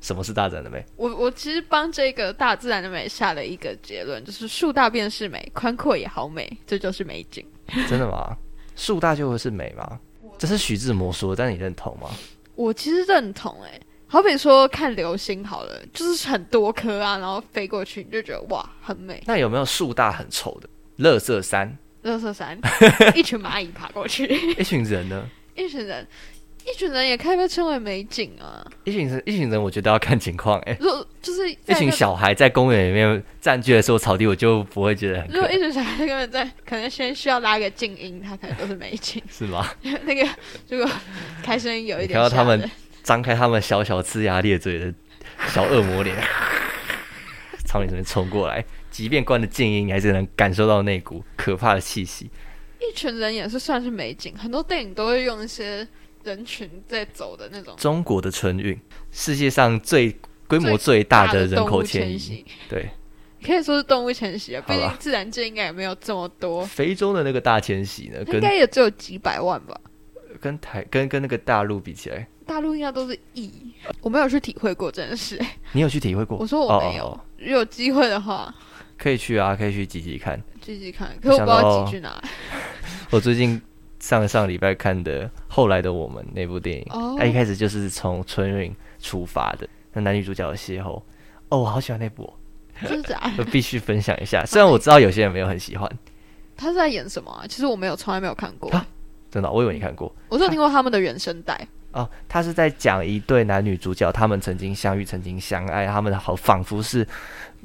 Speaker 2: 什么是大自然的美？
Speaker 4: 我我其实帮这个大自然的美下了一个结论，就是树大便是美，宽阔也好美，这就是美景。
Speaker 2: 真的吗？树大就会是美吗？这是徐志摩说的，但你认同吗？
Speaker 4: 我其实认同诶、好比说看流星好了，就是很多颗啊，然后飞过去，你就觉得哇，很美。
Speaker 2: 那有没有树大很丑的？乐色山，
Speaker 4: 乐色 山，一群蚂蚁爬过去，
Speaker 2: 一群人呢？
Speaker 4: 一群人，一群人也可以被称为美景啊。
Speaker 2: 一群人，一群人，我觉得要看情况、哎，
Speaker 4: 如果就是
Speaker 2: 一
Speaker 4: 在
Speaker 2: 群
Speaker 4: 那个
Speaker 2: 小孩在公园里面占据的时候，草地，我就不会觉得很
Speaker 4: 如
Speaker 2: 可
Speaker 4: 果一群小孩根本在，可能先需要拉个静音，它可能都是美景。
Speaker 2: 是吗？
Speaker 4: 那个如果开声音有一
Speaker 2: 你
Speaker 4: 点
Speaker 2: 看到他
Speaker 4: 吓
Speaker 2: 们
Speaker 4: 人
Speaker 2: 张开他们小小呲牙咧嘴的小恶魔脸， 朝你这边冲过来，即便关了静音，你还是能感受到那股可怕的气息。
Speaker 4: 一群人也是算是美景，很多电影都会用一些人群在走的那种
Speaker 2: 中国的春运，世界上最规模最大的人
Speaker 4: 动
Speaker 2: 口
Speaker 4: 物
Speaker 2: 迁
Speaker 4: 迁
Speaker 2: 移，
Speaker 4: 徙，
Speaker 2: 对，
Speaker 4: 可以说是动物迁徙啊。
Speaker 2: 好
Speaker 4: 毕
Speaker 2: 啦
Speaker 4: 竟自然界应该也没有这么多，
Speaker 2: 非洲的那个大迁徙呢，
Speaker 4: 应
Speaker 2: 跟
Speaker 4: 该也只有几百万吧。
Speaker 2: 跟台跟跟那个大陆比起来，
Speaker 4: 大陆应该都是亿，我没有去体会过这件事。
Speaker 2: 你有去体会过？
Speaker 4: 我说我没有，
Speaker 2: 哦哦哦
Speaker 4: 有机会的话
Speaker 2: 可以去啊，可以去挤挤看。
Speaker 4: 继续看，可我不知道挤去哪。
Speaker 2: 我最近上上礼拜看的《后来的我们》那部电影，哎
Speaker 4: 哦
Speaker 2: 它一开始就是从春运出发的，那男女主角的邂逅，哦，我好喜欢那部哦，
Speaker 4: 真的假的？
Speaker 2: 我必须分享一下。虽然我知道有些人没有很喜欢，
Speaker 4: 他是在演什么啊？其实我没有，从来没有看过。
Speaker 2: 啊真的哦、我以为你看过
Speaker 4: 我只有听过他们的原声带。
Speaker 2: 哦。他是在讲一对男女主角，他们曾经相遇，曾经相爱，他们好仿佛是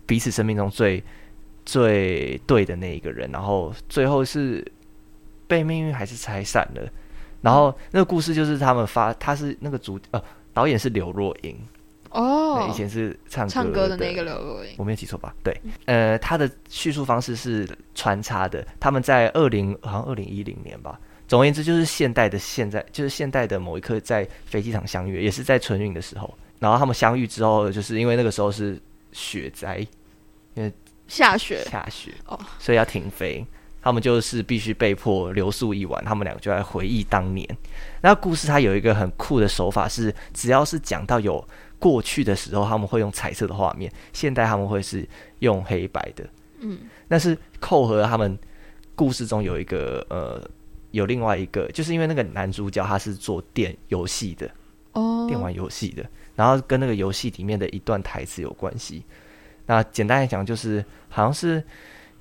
Speaker 2: 彼此生命中最最对的那一个人，然后最后是被命运还是拆散了。然后那个故事就是他们发，他是那个主呃导演是刘若英，
Speaker 4: 哦
Speaker 2: 以，前是唱歌
Speaker 4: 唱歌的那个
Speaker 2: 人，
Speaker 4: 刘若英。
Speaker 2: 我没有记错吧？对，呃，他的叙述方式是穿插的。他们在二零好像二零一零年吧，总而言之就是现代的现在，就是现代的某一刻在飞机场相遇，也是在春运的时候。然后他们相遇之后，就是因为那个时候是雪灾，
Speaker 4: 下雪，
Speaker 2: 下雪
Speaker 4: 哦
Speaker 2: 所以要停飞。他们就是必须被迫留宿一晚，他们两个就来回忆当年。那故事它有一个很酷的手法是，只要是讲到有过去的时候，他们会用彩色的画面；现代他们会是用黑白的。
Speaker 4: 嗯，
Speaker 2: 但是扣合他们故事中有一个呃，有另外一个，就是因为那个男主角他是做电游戏的，
Speaker 4: 哦，
Speaker 2: 电玩游戏的，然后跟那个游戏里面的一段台词有关系。那简单来讲，就是好像是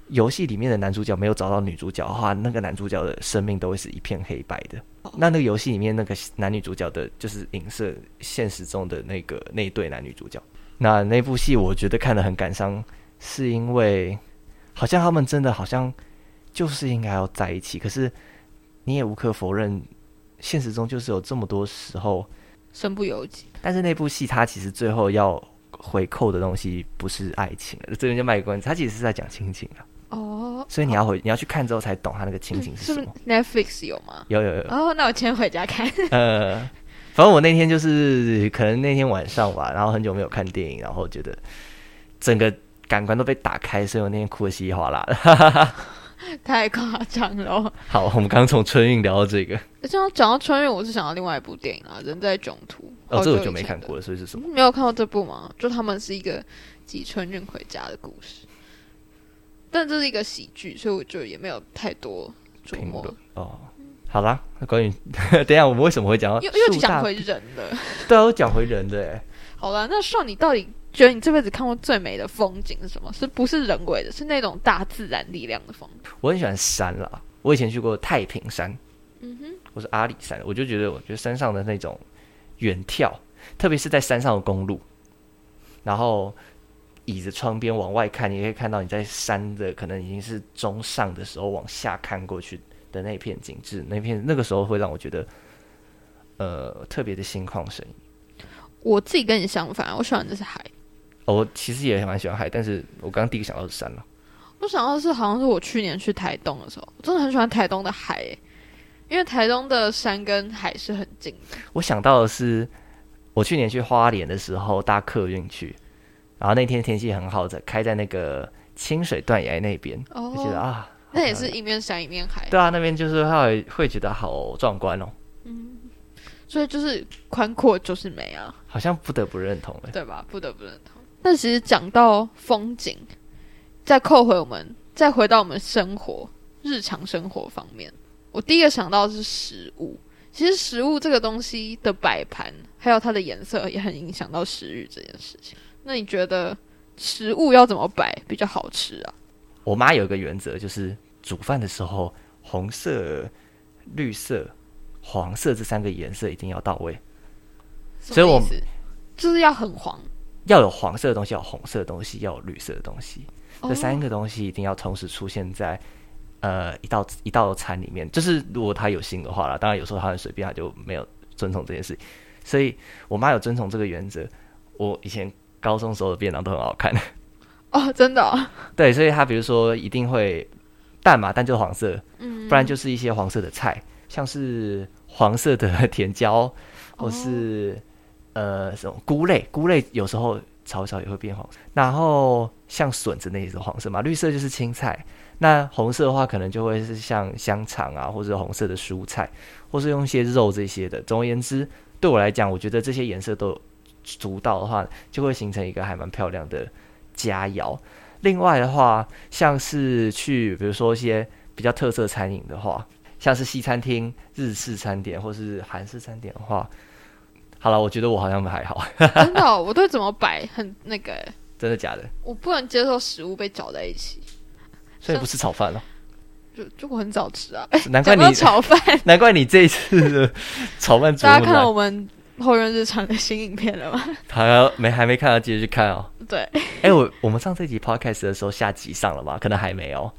Speaker 2: 游戏里面的男主角没有找到女主角的话，那个男主角的生命都会是一片黑白的。那那个游戏里面那个男女主角的，就是影射现实中的那个那一对男女主角。那那部戏我觉得看得很感伤，是因为好像他们真的好像就是应该要在一起，可是你也无可否认，现实中就是有这么多时候
Speaker 4: 身不由己。
Speaker 2: 但是那部戏它其实最后要回扣的东西不是爱情了，这边就卖个关子，它其实是在讲亲情啊。
Speaker 4: 哦，
Speaker 2: 所以你要回，你要去看之后才懂它那个亲情是
Speaker 4: 是
Speaker 2: 什
Speaker 4: 不
Speaker 2: 么。
Speaker 4: 是 Netflix 有吗？
Speaker 2: 有有有，
Speaker 4: 哦，那我先回家看。
Speaker 2: 呃，反正我那天就是可能那天晚上吧，然后很久没有看电影，然后觉得整个感官都被打开，所以我那天哭的稀里哗啦 的。
Speaker 4: 太夸张了 哦。
Speaker 2: 好，我们刚刚从春运聊到这个，
Speaker 4: 这样讲到穿越，我是想到另外一部电影啊，《人在囧途》。好
Speaker 2: 哦，这
Speaker 4: 久
Speaker 2: 我就
Speaker 4: 以
Speaker 2: 没
Speaker 4: 前
Speaker 2: 看
Speaker 4: 的
Speaker 2: 过了，所以是什么？
Speaker 4: 你没有看过这部吗？就他们是一个挤春运回家的故事，但这是一个喜剧，所以我就也没有太多琢
Speaker 2: 评
Speaker 4: 磨
Speaker 2: 论。哦，好啦，那关于 等一下我们为什么会讲到
Speaker 4: 又又
Speaker 2: 树
Speaker 4: 讲
Speaker 2: 大？
Speaker 4: 回人了。
Speaker 2: 对啊，我讲回人的欸，
Speaker 4: 好了，那上你到底觉得你这辈子看过最美的风景是什么？是不是人为的？是那种大自然力量的风景？
Speaker 2: 我很喜欢山啦。我以前去过太平山，
Speaker 4: 嗯哼，
Speaker 2: 或是阿里山，我就觉得，我觉得山上的那种远眺，特别是在山上的公路，然后倚着窗边往外看，你可以看到你在山的可能已经是中上的时候往下看过去的那片景致，那片那个时候会让我觉得，呃，特别的心旷神怡。
Speaker 4: 我自己跟你相反，我喜欢的是海。
Speaker 2: 哦我其实也蛮喜欢海，但是我刚刚第一个想到是山了。
Speaker 4: 我想到是好像是我去年去台东的时候，我真的很喜欢台东的海、欸，因为台东的山跟海是很近的。
Speaker 2: 我想到的是，我去年去花莲的时候搭客运去，然后那天天气很好，在开在那个清水断崖那边，
Speaker 4: 哦
Speaker 2: 就觉得啊，
Speaker 4: 那也
Speaker 2: 好
Speaker 4: 是
Speaker 2: 漂亮
Speaker 4: 一面山一面海，
Speaker 2: 对啊，那边就是会会觉得好壮观哦，
Speaker 4: 所以就是宽阔就是美啊，
Speaker 2: 好像不得不认同哎。
Speaker 4: 对吧？不得不认同。那其实讲到风景，再扣回我们，再回到我们生活日常生活方面，我第一个想到的是食物。其实食物这个东西的摆盘，还有它的颜色，也很影响到食欲这件事情。那你觉得食物要怎么摆比较好吃啊？
Speaker 2: 我妈有一个原则，就是煮饭的时候，红色、绿色、黄色这三个颜色一定要到位，所以我
Speaker 4: 什么意思就是要很黄。
Speaker 2: 要有黄色的东西，要有红色的东西，要有绿色的东西。这三
Speaker 4: 哦、
Speaker 2: 个东西一定要同时出现在呃一道一道餐里面。就是如果他有心的话啦，当然有时候他很随便，他就没有遵从这件事情。所以我妈有遵从这个原则。我以前高中时候的便当都很好看，
Speaker 4: 哦，真的、哦，
Speaker 2: 对，所以她比如说一定会蛋嘛，蛋就是黄色，
Speaker 4: 嗯，
Speaker 2: 不然就是一些黄色的菜，像是黄色的 甜椒，或是、呃什么菇类，菇类有时候炒一炒也会变黄色。然后像笋子那也是黄色嘛，绿色就是青菜，那红色的话可能就会是像香肠啊，或者红色的蔬菜，或是用一些肉这些的。总而言之，对我来讲，我觉得这些颜色都有足到的话，就会形成一个还蛮漂亮的佳肴。另外的话，像是去比如说一些比较特色餐饮的话，像是西餐厅、日式餐点或是韩式餐点的话，好了，我觉得我好像还好，
Speaker 4: 真的哦、我 对怎么摆很那个欸、
Speaker 2: 真的假的？
Speaker 4: 我不能接受食物被搅在一起，
Speaker 2: 所以不吃炒饭了，
Speaker 4: 就就我很少吃啊。哎、
Speaker 2: 难怪
Speaker 4: 讲
Speaker 2: 你
Speaker 4: 到炒饭，
Speaker 2: 难怪你这一次的 炒饭煮
Speaker 4: 大家
Speaker 2: 那么
Speaker 4: 看到
Speaker 2: 烂，
Speaker 4: 我们后院日常的新影片了吗？
Speaker 2: 还要没还没看到，继续去看哦。
Speaker 4: 对，
Speaker 2: 哎，我我们上这集 podcast 的时候，下集上了吗？可能还没哦，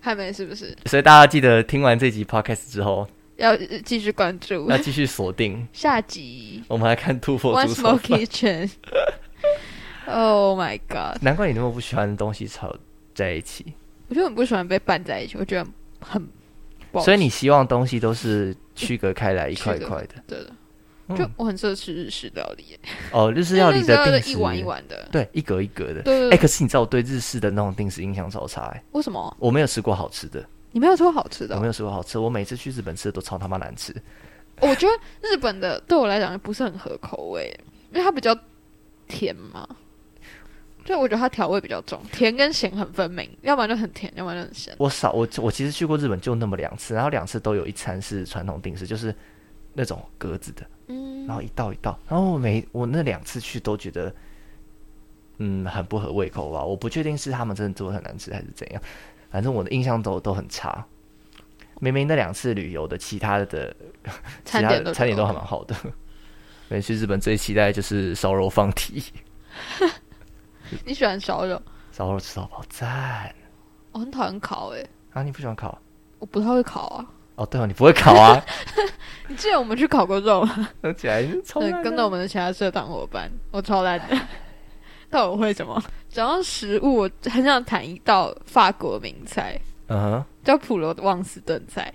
Speaker 4: 还没是不是？
Speaker 2: 所以大家记得听完这集 podcast 之后，
Speaker 4: 要呃继续关注
Speaker 2: 要继续 锁定。
Speaker 4: 下集
Speaker 2: 我们来看突破
Speaker 4: One
Speaker 2: 猪炒
Speaker 4: Small
Speaker 2: 饭。
Speaker 4: Kitchen。Oh my god！
Speaker 2: 难怪你那么不喜欢东西炒在一起，
Speaker 4: 我就很不喜欢被拌在一起，我觉得很不好吃。
Speaker 2: 所以你希望东西都是区隔开来一块一
Speaker 4: 区隔
Speaker 2: 块的。
Speaker 4: 对的，
Speaker 2: 嗯
Speaker 4: 就我很适合吃日式料理耶，
Speaker 2: 哦，日式料理
Speaker 4: 因为
Speaker 2: 的
Speaker 4: 日式
Speaker 2: 定
Speaker 4: 是
Speaker 2: 时
Speaker 4: 一碗一，碗的。
Speaker 2: 对，一格一格
Speaker 4: 对
Speaker 2: 的。
Speaker 4: 对
Speaker 2: 哎、
Speaker 4: 对，
Speaker 2: 可是你知道我对日式的那种定时印象超差、哎，
Speaker 4: 为什么
Speaker 2: 我没有吃过好吃的，
Speaker 4: 你没有说好吃的哦、
Speaker 2: 我没有吃过好吃，我每次去日本吃的都超他妈难吃。
Speaker 4: 我觉得日本的对我来讲不是很合口味，因为它比较甜嘛。就我觉得它调味比较重，甜跟咸很分明，要不然就很甜，要不然就很咸。
Speaker 2: 我少我我其实去过日本就那么两次，然后两次都有一餐是传统定时，就是那种格子的，
Speaker 4: 嗯
Speaker 2: 然后一道一道，然后我每我那两次去都觉得，嗯，很不合胃口吧。我不确定是他们真的做的很难吃还是怎样，反正我的印象都都很差。明明那两次旅游的其他的其
Speaker 4: 餐
Speaker 2: 他
Speaker 4: 点
Speaker 2: 的
Speaker 4: 都
Speaker 2: 餐点都还蛮好的。 每次去日本最期待的就是烧肉放题，
Speaker 4: 你喜欢烧肉？
Speaker 2: 烧肉吃到饱赞
Speaker 4: 我很讨厌烤诶、
Speaker 2: 啊！你不喜欢烤？
Speaker 4: 我不太会烤啊。
Speaker 2: 哦，对哦，你不会 烤啊？
Speaker 4: 你记得我们去烤过肉吗？
Speaker 2: 想起来是啊 超
Speaker 4: 对，啊
Speaker 2: 烂
Speaker 4: 跟
Speaker 2: 的
Speaker 4: 着我们的其他社团伙伴，我超烂的。 但我会什么？讲到食物，我很想谈一道法国名菜，
Speaker 2: 嗯哼，
Speaker 4: 叫普罗旺斯炖菜。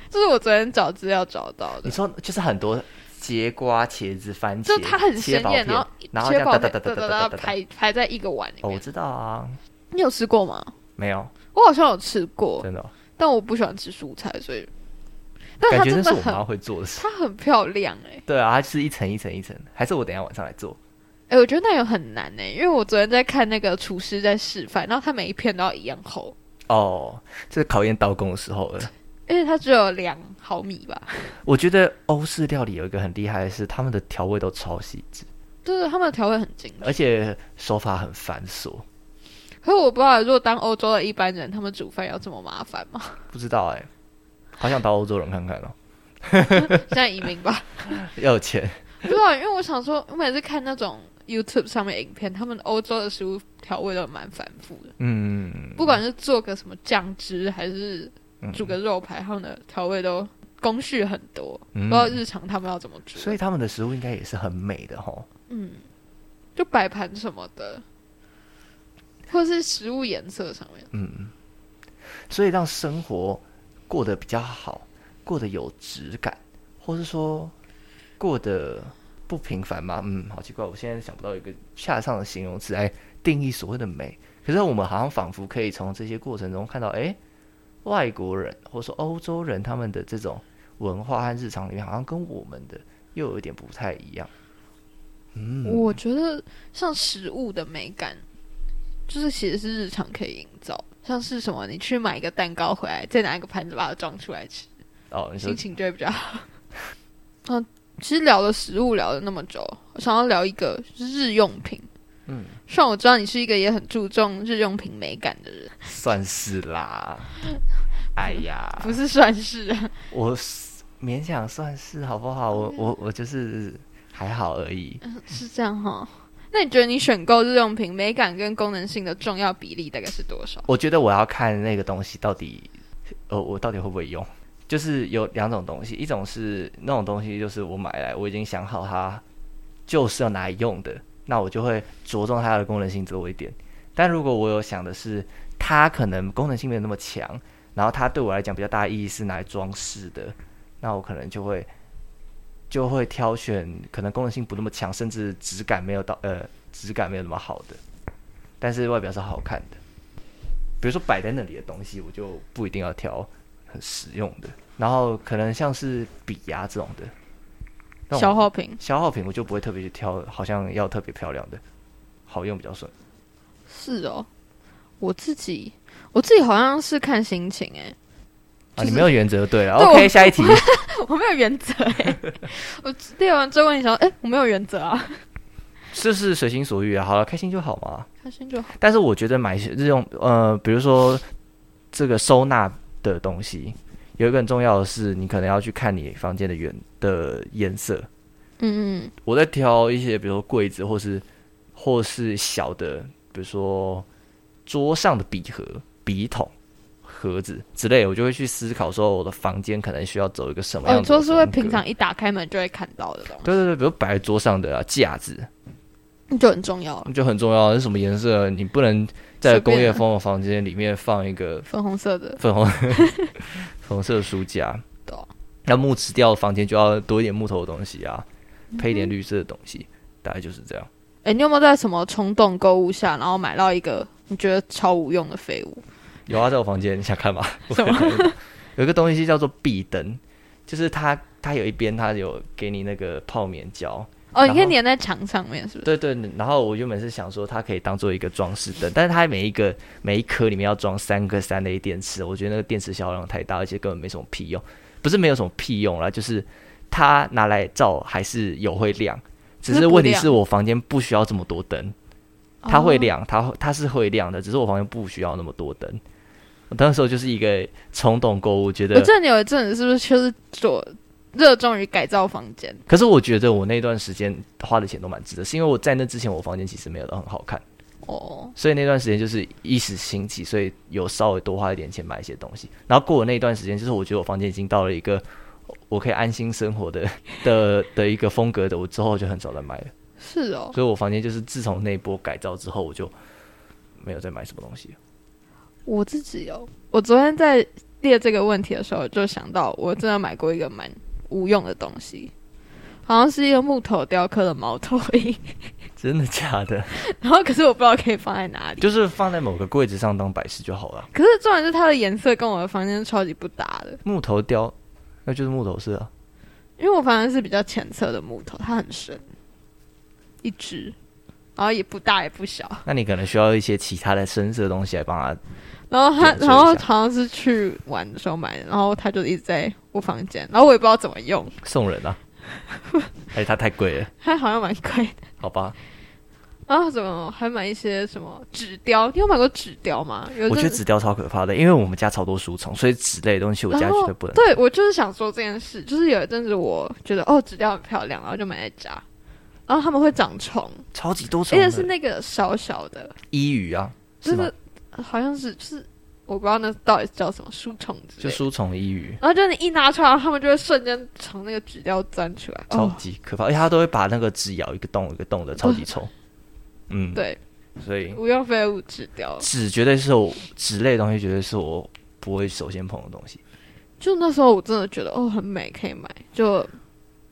Speaker 4: 这是我昨天找资料找到的
Speaker 2: 你。说就是很多节瓜、茄子、番茄，
Speaker 4: 就它很
Speaker 2: 切
Speaker 4: 鲜
Speaker 2: 薄
Speaker 4: 艳，
Speaker 2: 片
Speaker 4: 然后
Speaker 2: 然后这
Speaker 4: 切
Speaker 2: 样
Speaker 4: 薄
Speaker 2: 哒
Speaker 4: 片哒
Speaker 2: 哒
Speaker 4: 哒
Speaker 2: 哒哒
Speaker 4: 哒
Speaker 2: 哒哒
Speaker 4: 哒
Speaker 2: 哒哒。
Speaker 4: 排排在一个碗里
Speaker 2: 哦，我
Speaker 4: 面。
Speaker 2: 知道啊，
Speaker 4: 你有吃过吗？
Speaker 2: 没有，
Speaker 4: 我好像有吃过，
Speaker 2: 真的哦，
Speaker 4: 但我不喜欢吃蔬菜，所以。但
Speaker 2: 感
Speaker 4: 它
Speaker 2: 觉那
Speaker 4: 真
Speaker 2: 是
Speaker 4: 的
Speaker 2: 我妈
Speaker 4: 很，
Speaker 2: 会做的事。
Speaker 4: 它很漂亮哎、
Speaker 2: 对啊，它是一层一层一层，还是我等一下晚上来做？
Speaker 4: 哎、我觉得那个很难哎、因为我昨天在看那个厨师在示范，然后他每一片都要一样厚，
Speaker 2: 哦，这是考验刀工的时候了。
Speaker 4: 而且它只有两毫米吧？
Speaker 2: 我觉得欧式料理有一个很厉害的是，他们的调味都超细致，
Speaker 4: 就是他们的调味很精致。
Speaker 2: 而且手法很繁琐。
Speaker 4: 可是我不知道，如果当欧洲的一般人，他们煮饭要这么麻烦吗？
Speaker 2: 不知道哎、好想当欧洲人看看哦，
Speaker 4: 现在移民吧，
Speaker 2: 要有钱。
Speaker 4: 不知道，因为我想说，我每次看那种 YouTube 上面影片，他们欧洲的食物调味都蛮繁复的，
Speaker 2: 嗯，
Speaker 4: 不管是做个什么酱汁，还是
Speaker 2: 嗯
Speaker 4: 煮个肉排，他们的调味都工序很多，不
Speaker 2: 嗯
Speaker 4: 知道日常他们要怎么煮。
Speaker 2: 所以他们的食物应该也是很美的吼。
Speaker 4: 嗯，就摆盘什么的，或是食物颜色上面，
Speaker 2: 嗯，所以让生活过得比较好，过得有质感，或是说过得不平凡吗？嗯，好奇怪，我现在想不到一个恰当的形容词来定义所谓的美。可是我们好像仿佛可以从这些过程中看到，诶，外国人或者说欧洲人他们的这种文化和日常里面，好像跟我们的又有一点不太一样。嗯，
Speaker 4: 我觉得像食物的美感，就是其实是日常可以营造的。像是什么，你去买一个蛋糕回来，再拿一个盘子把它装出来吃，
Speaker 2: 哦，你说
Speaker 4: 心情就会比较 好。嗯，其实聊了食物聊了那么久，我想要聊一个就是日用品。
Speaker 2: 嗯，
Speaker 4: 虽然我知道你是一个也很注重日用品美感的人，
Speaker 2: 算是啦。哎呀，
Speaker 4: 不是算是啊，
Speaker 2: 我是勉强算是好不好？我我我就是还好而已。
Speaker 4: 是这样哈。那你觉得你选购日用品美感跟功能性的重要比例大概是多少？
Speaker 2: 我觉得我要看那个东西到底，呃，我到底会不会用。就是有两种东西，一种是那种东西，就是我买来我已经想好它就是要拿来用的，那我就会着重它的功能性多一点。但如果我有想的是它可能功能性没有那么强，然后它对我来讲比较大的意义是拿来装饰的，那我可能就会就会挑选可能功能性不那么强，甚至质感没有到呃质感没有那么好的，但是外表是好看的。比如说摆在那里的东西，我就不一定要挑很实用的。然后可能像是笔啊这种的，那种
Speaker 4: 消耗品。
Speaker 2: 消耗品我就不会特别去挑，好像要特别漂亮的，好用比较顺。
Speaker 4: 是哦，我自己我自己好像是看心情哎、
Speaker 2: 啊，
Speaker 4: 就是
Speaker 2: 你没有原则就 对了。
Speaker 4: 对
Speaker 2: OK，
Speaker 4: 我
Speaker 2: 下一题。
Speaker 4: 我没有原则哎、 我列完之后问你想说，哎、我没有原则啊，
Speaker 2: 就是随心所欲啊，好了，开心就好嘛。
Speaker 4: 开心就好。
Speaker 2: 但是我觉得买日用，呃，比如说这个收纳的东西，有一个很重要的是，你可能要去看你房间的原的颜色。
Speaker 4: 嗯嗯，
Speaker 2: 我在挑一些，比如说柜子，或是或是小的，比如说桌上的笔盒、笔筒、盒子之类，我就会去思考说，我的房间可能需要走一个什么
Speaker 4: 哦，
Speaker 2: 样
Speaker 4: 你
Speaker 2: 的风格。
Speaker 4: 说是会平常一打开门就会看到的东
Speaker 2: 对啊对对，比如摆在桌上的、啊、架子，
Speaker 4: 西，就很重要了。
Speaker 2: 就很重要。是什么颜色？你不能在
Speaker 4: 随
Speaker 2: 工
Speaker 4: 便
Speaker 2: 业风的房间里面放 一个
Speaker 4: 粉红色的，
Speaker 2: 粉红 粉红色的书架
Speaker 4: 对啊。
Speaker 2: 那木质调的房间就要多一点木头的东西啊，配一点绿色的东西，大概就是这样。
Speaker 4: 哎、你有没有在什么冲动购物下，然后买到一个你觉得超无用的废物？
Speaker 2: 有啊，在我房间，你想看吗？
Speaker 4: 什么？
Speaker 2: 有一个东西叫做壁灯，就是它它有一边它有给你那个泡棉胶，
Speaker 4: 哦，你可
Speaker 2: 然
Speaker 4: 以
Speaker 2: 后
Speaker 4: 粘在墙上面，是不是？
Speaker 2: 对对。然后我原本是想说它可以当做一个装饰灯，但是它每一个每一颗里面要装三个三 A 电池，我觉得那个电池消耗量太大，而且根本没什么屁用。不是没有什么屁用啦，就是它拿来照还是有会亮，只
Speaker 4: 只是
Speaker 2: 是
Speaker 4: 不
Speaker 2: 问题
Speaker 4: 亮
Speaker 2: 是我房间不需要这么多灯。它会
Speaker 4: 哦
Speaker 2: 亮，它它是会亮的，只是我房间不需要那么多灯。我当时候就是一个冲动购物，觉
Speaker 4: 我
Speaker 2: 得，
Speaker 4: 记得你有一阵子是不是就是做热衷于改造房间？
Speaker 2: 可是我觉得我那段时间花的钱都蛮值得，是因为我在那之前我房间其实没有到很好看，
Speaker 4: 哦，
Speaker 2: 所以那段时间就是一时兴起，所以有稍微多花一点钱买一些东西。然后过了那段时间，就是我觉得我房间已经到了一个我可以安心生活的 的的一个风格的，我之后就很少再买了。
Speaker 4: 是哦，
Speaker 2: 所以我房间就是自从那一波改造之后，我就没有再买什么东西了。
Speaker 4: 我自己哦，我昨天在列这个问题的时候，就想到我真的买过一个蛮无用的东西，好像是一个木头雕刻的猫头鹰，
Speaker 2: 真的假的？
Speaker 4: 然后可是我不知道可以放在哪里。
Speaker 2: 就是放在某个柜子上当摆饰就好了。
Speaker 4: 可是重点是它的颜色跟我的房间超级不搭的，
Speaker 2: 木头雕，那就是木头色啊。
Speaker 4: 因为我房间是比较浅色的木头，它很深，一只，然后也不大也不小，
Speaker 2: 那你可能需要一些其他的深色的东西来帮他。
Speaker 4: 然后他
Speaker 2: 点缀，一下
Speaker 4: 然后好像是啊去玩的时候买的，然后他就一直在我房间，然后我也不知道怎么用，
Speaker 2: 送人 啊，而且它太贵了，
Speaker 4: 它好像蛮贵的。
Speaker 2: 好吧？
Speaker 4: 然后怎么还买一些什么纸雕？你有买过纸雕吗？有一
Speaker 2: 我觉
Speaker 4: 阵
Speaker 2: 得
Speaker 4: 子
Speaker 2: 纸雕超可怕的，因为我们家超多书虫，所以纸类的东西我家
Speaker 4: 然后
Speaker 2: 绝对不能。
Speaker 4: 对我就是想说这件事，就是有一阵子我觉得哦纸雕很漂亮，然后就买在家，然后他们会长虫，
Speaker 2: 超级多
Speaker 4: 而
Speaker 2: 虫的，
Speaker 4: 且是那个小小的，
Speaker 2: 伊鱼啊，
Speaker 4: 就是
Speaker 2: 吗
Speaker 4: 是好像是就是我不知道那到底叫什么书虫之类
Speaker 2: 就
Speaker 4: 的。
Speaker 2: 书虫伊鱼，
Speaker 4: 然后就你一拿出来，他们就会瞬间从那个纸雕钻出来。
Speaker 2: 超
Speaker 4: 哦，
Speaker 2: 级可怕，而且它都会把那个纸咬一个洞一个洞的，超级臭。嗯，
Speaker 4: 对，
Speaker 2: 所以
Speaker 4: 无用废物纸雕。
Speaker 2: 纸绝对是我纸类的东西，绝对是我不会首先碰的东西。
Speaker 4: 就那时候我真的觉得哦很美，可以买。就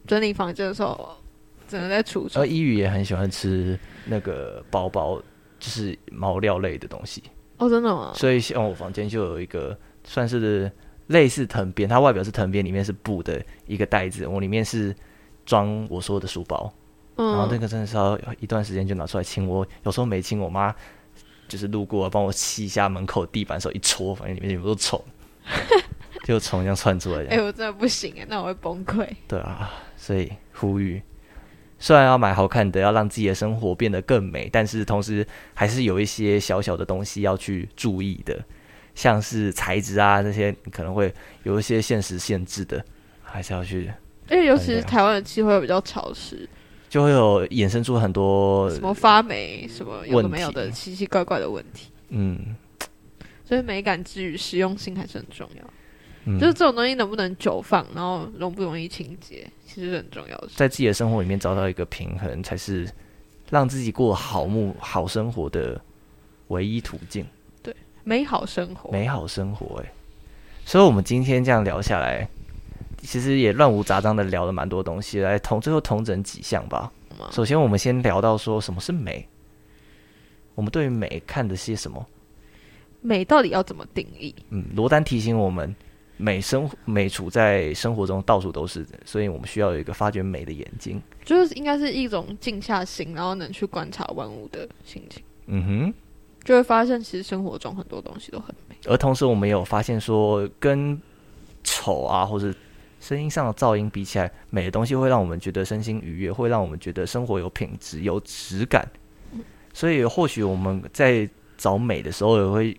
Speaker 4: 整理房间的时候，只能在橱
Speaker 2: 而
Speaker 4: 窗。
Speaker 2: 伊语也很喜欢吃那个包包，就是毛料类的东西，
Speaker 4: 哦，真的吗？
Speaker 2: 所以像我房间就有一个算是类似藤编，它外表是藤编，里面是布的一个袋子，我里面是装我说的书包，然后那
Speaker 4: 嗯，
Speaker 2: 个真的是要一段时间就拿出来清我，有时候没清，我妈就是路过帮我吸一下门口地板的时候一戳，反正里面全部都是虫， 就虫这样窜出来这
Speaker 4: 哎、
Speaker 2: 样，
Speaker 4: 我真的不行哎，那我会崩溃。
Speaker 2: 对啊，所以呼吁，虽然要买好看的，要让自己的生活变得更美，但是同时还是有一些小小的东西要去注意的，像是材质啊这些，你可能会有一些限时限制的，还是要去，
Speaker 4: 而且尤其是台湾的气候比较潮湿，
Speaker 2: 就会有衍生出很多
Speaker 4: 什么发霉，什么有的没有
Speaker 2: 问
Speaker 4: 的
Speaker 2: 题
Speaker 4: 奇奇怪怪的问题。
Speaker 2: 嗯
Speaker 4: 所以美感之余，实用性还是很重要。
Speaker 2: 嗯，
Speaker 4: 就是这种东西能不能久放，然后容不容易清洁，其实是很重要的事。
Speaker 2: 在自己的生活里面找到一个平衡，才是让自己过好目好生活的唯一途径。
Speaker 4: 美好生活，
Speaker 2: 美好生活、欸。所以我们今天这样聊下来，其实也乱无杂章的聊了蛮多东西，来同最后同整几项吧。
Speaker 4: 吗
Speaker 2: 首先，我们先聊到说什么是美，我们对于美看的些什么？
Speaker 4: 美到底要怎么定义？
Speaker 2: 嗯，罗丹提醒我们，美生美处在生活中到处都是，所以我们需要有一个发掘美的眼睛。
Speaker 4: 就是应该是一种静下心，然后能去观察万物的心情，
Speaker 2: 嗯哼。
Speaker 4: 就会发现其实生活中很多东西都很美。
Speaker 2: 而同时，我们也有发现说，跟丑啊，或者声音上的噪音比起来，美的东西会让我们觉得身心愉悦，会让我们觉得生活有品质、有质感。所以，或许我们在找美的时候，也会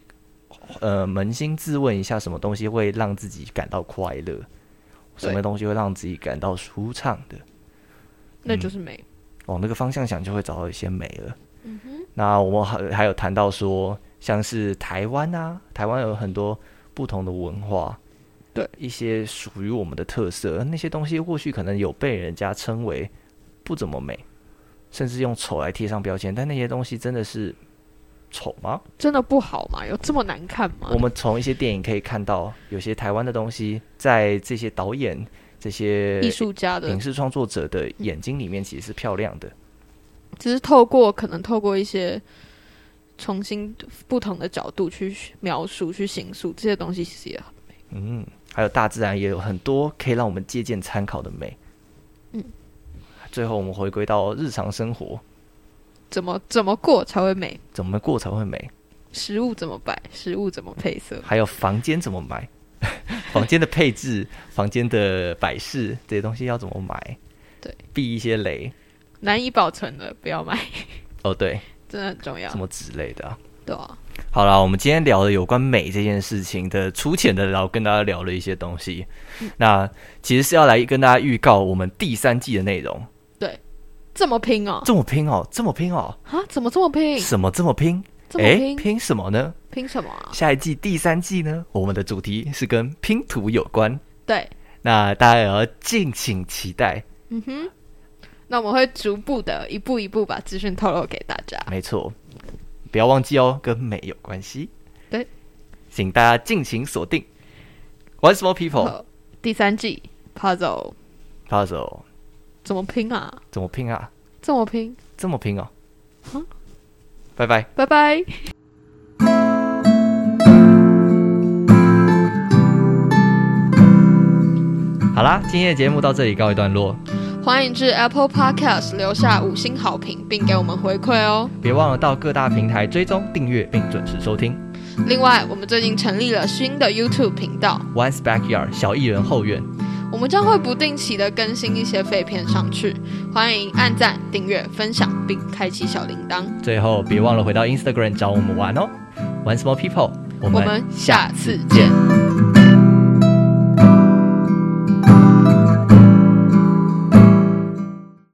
Speaker 2: 呃扪心自问一下，什么东西会让自己感到快乐，什么东西会让自己感到舒畅的。
Speaker 4: 那就是美。
Speaker 2: 往那个方向想，就会找到一些美了。
Speaker 4: 嗯
Speaker 2: 那我们还还有谈到说，像是台湾啊，台湾有很多不同的文化，
Speaker 4: 对
Speaker 2: 一些属于我们的特色，那些东西或许可能有被人家称为不怎么美，甚至用丑来贴上标签，但那些东西真的是丑吗？
Speaker 4: 真的不好吗？有这么难看吗？
Speaker 2: 我们从一些电影可以看到，有些台湾的东西在这些导演、这些
Speaker 4: 艺术家的嗯
Speaker 2: 影，视创作者的眼睛里面，其实是漂亮的。
Speaker 4: 只是透过可能透过一些重新不同的角度去描述、去形塑这些东西，其实也很
Speaker 2: 嗯，还有大自然也有很多可以让我们借鉴参考的美。
Speaker 4: 嗯，
Speaker 2: 最后我们回归到日常生活，
Speaker 4: 怎么怎么过才会美？
Speaker 2: 怎么过才会美？
Speaker 4: 食物怎么摆？食物怎么配色？
Speaker 2: 还有房间怎么买？ 房间的配置、房间的摆饰这些东西要怎么买？
Speaker 4: 对，
Speaker 2: 避一些雷
Speaker 4: 难以保存的不要买，
Speaker 2: 哦，对，
Speaker 4: 真的很重要
Speaker 2: 什。么之类的啊、
Speaker 4: 对啊，
Speaker 2: 好啦，我们今天聊的有关美这件事情的粗浅的聊，跟大家聊了一些东西。
Speaker 4: 嗯
Speaker 2: 那其实是要来跟大家预告我们第三季的内容。
Speaker 4: 哦这么拼哦
Speaker 2: 这么拼哦，这么拼哦，
Speaker 4: 啊？怎么这么拼？
Speaker 2: 什么这么拼？
Speaker 4: 这么
Speaker 2: 诶，
Speaker 4: 拼？
Speaker 2: 拼什么呢？
Speaker 4: 拼什么啊？
Speaker 2: 下一季第三季呢，我们的主题是跟拼图有关，
Speaker 4: 对，
Speaker 2: 那大家也要敬请期待。
Speaker 4: 嗯哼，那我们会逐步的一步一步把资讯透露给大家。
Speaker 2: 没错，不要忘记哦，跟美有关系。
Speaker 4: 对，
Speaker 2: 请大家敬请锁定。Once more people，
Speaker 4: 好第三季 puzzle
Speaker 2: 他手
Speaker 4: 怎么拼啊？
Speaker 2: 怎么拼啊？
Speaker 4: 这么拼？
Speaker 2: 这么拼哦
Speaker 4: 嗯。
Speaker 2: 拜拜。
Speaker 4: 拜拜。
Speaker 2: 好啦，今天的节目到这里告一段落。
Speaker 4: 欢迎至 Apple Podcast 留下五星好评，并给我们回馈哦。
Speaker 2: 别忘了到各大平台追踪、订阅并准时收听。
Speaker 4: 另外，我们最近成立了新的 YouTube 频道，
Speaker 2: Once Backyard 小艺人后院，
Speaker 4: 我们将会不定期的更新一些废片上去，欢迎按赞、订阅、分享，并开启小铃铛。
Speaker 2: 最后别忘了回到 Instagram 找我们玩哦。Once more people，我
Speaker 4: 我
Speaker 2: 们
Speaker 4: 们下次见。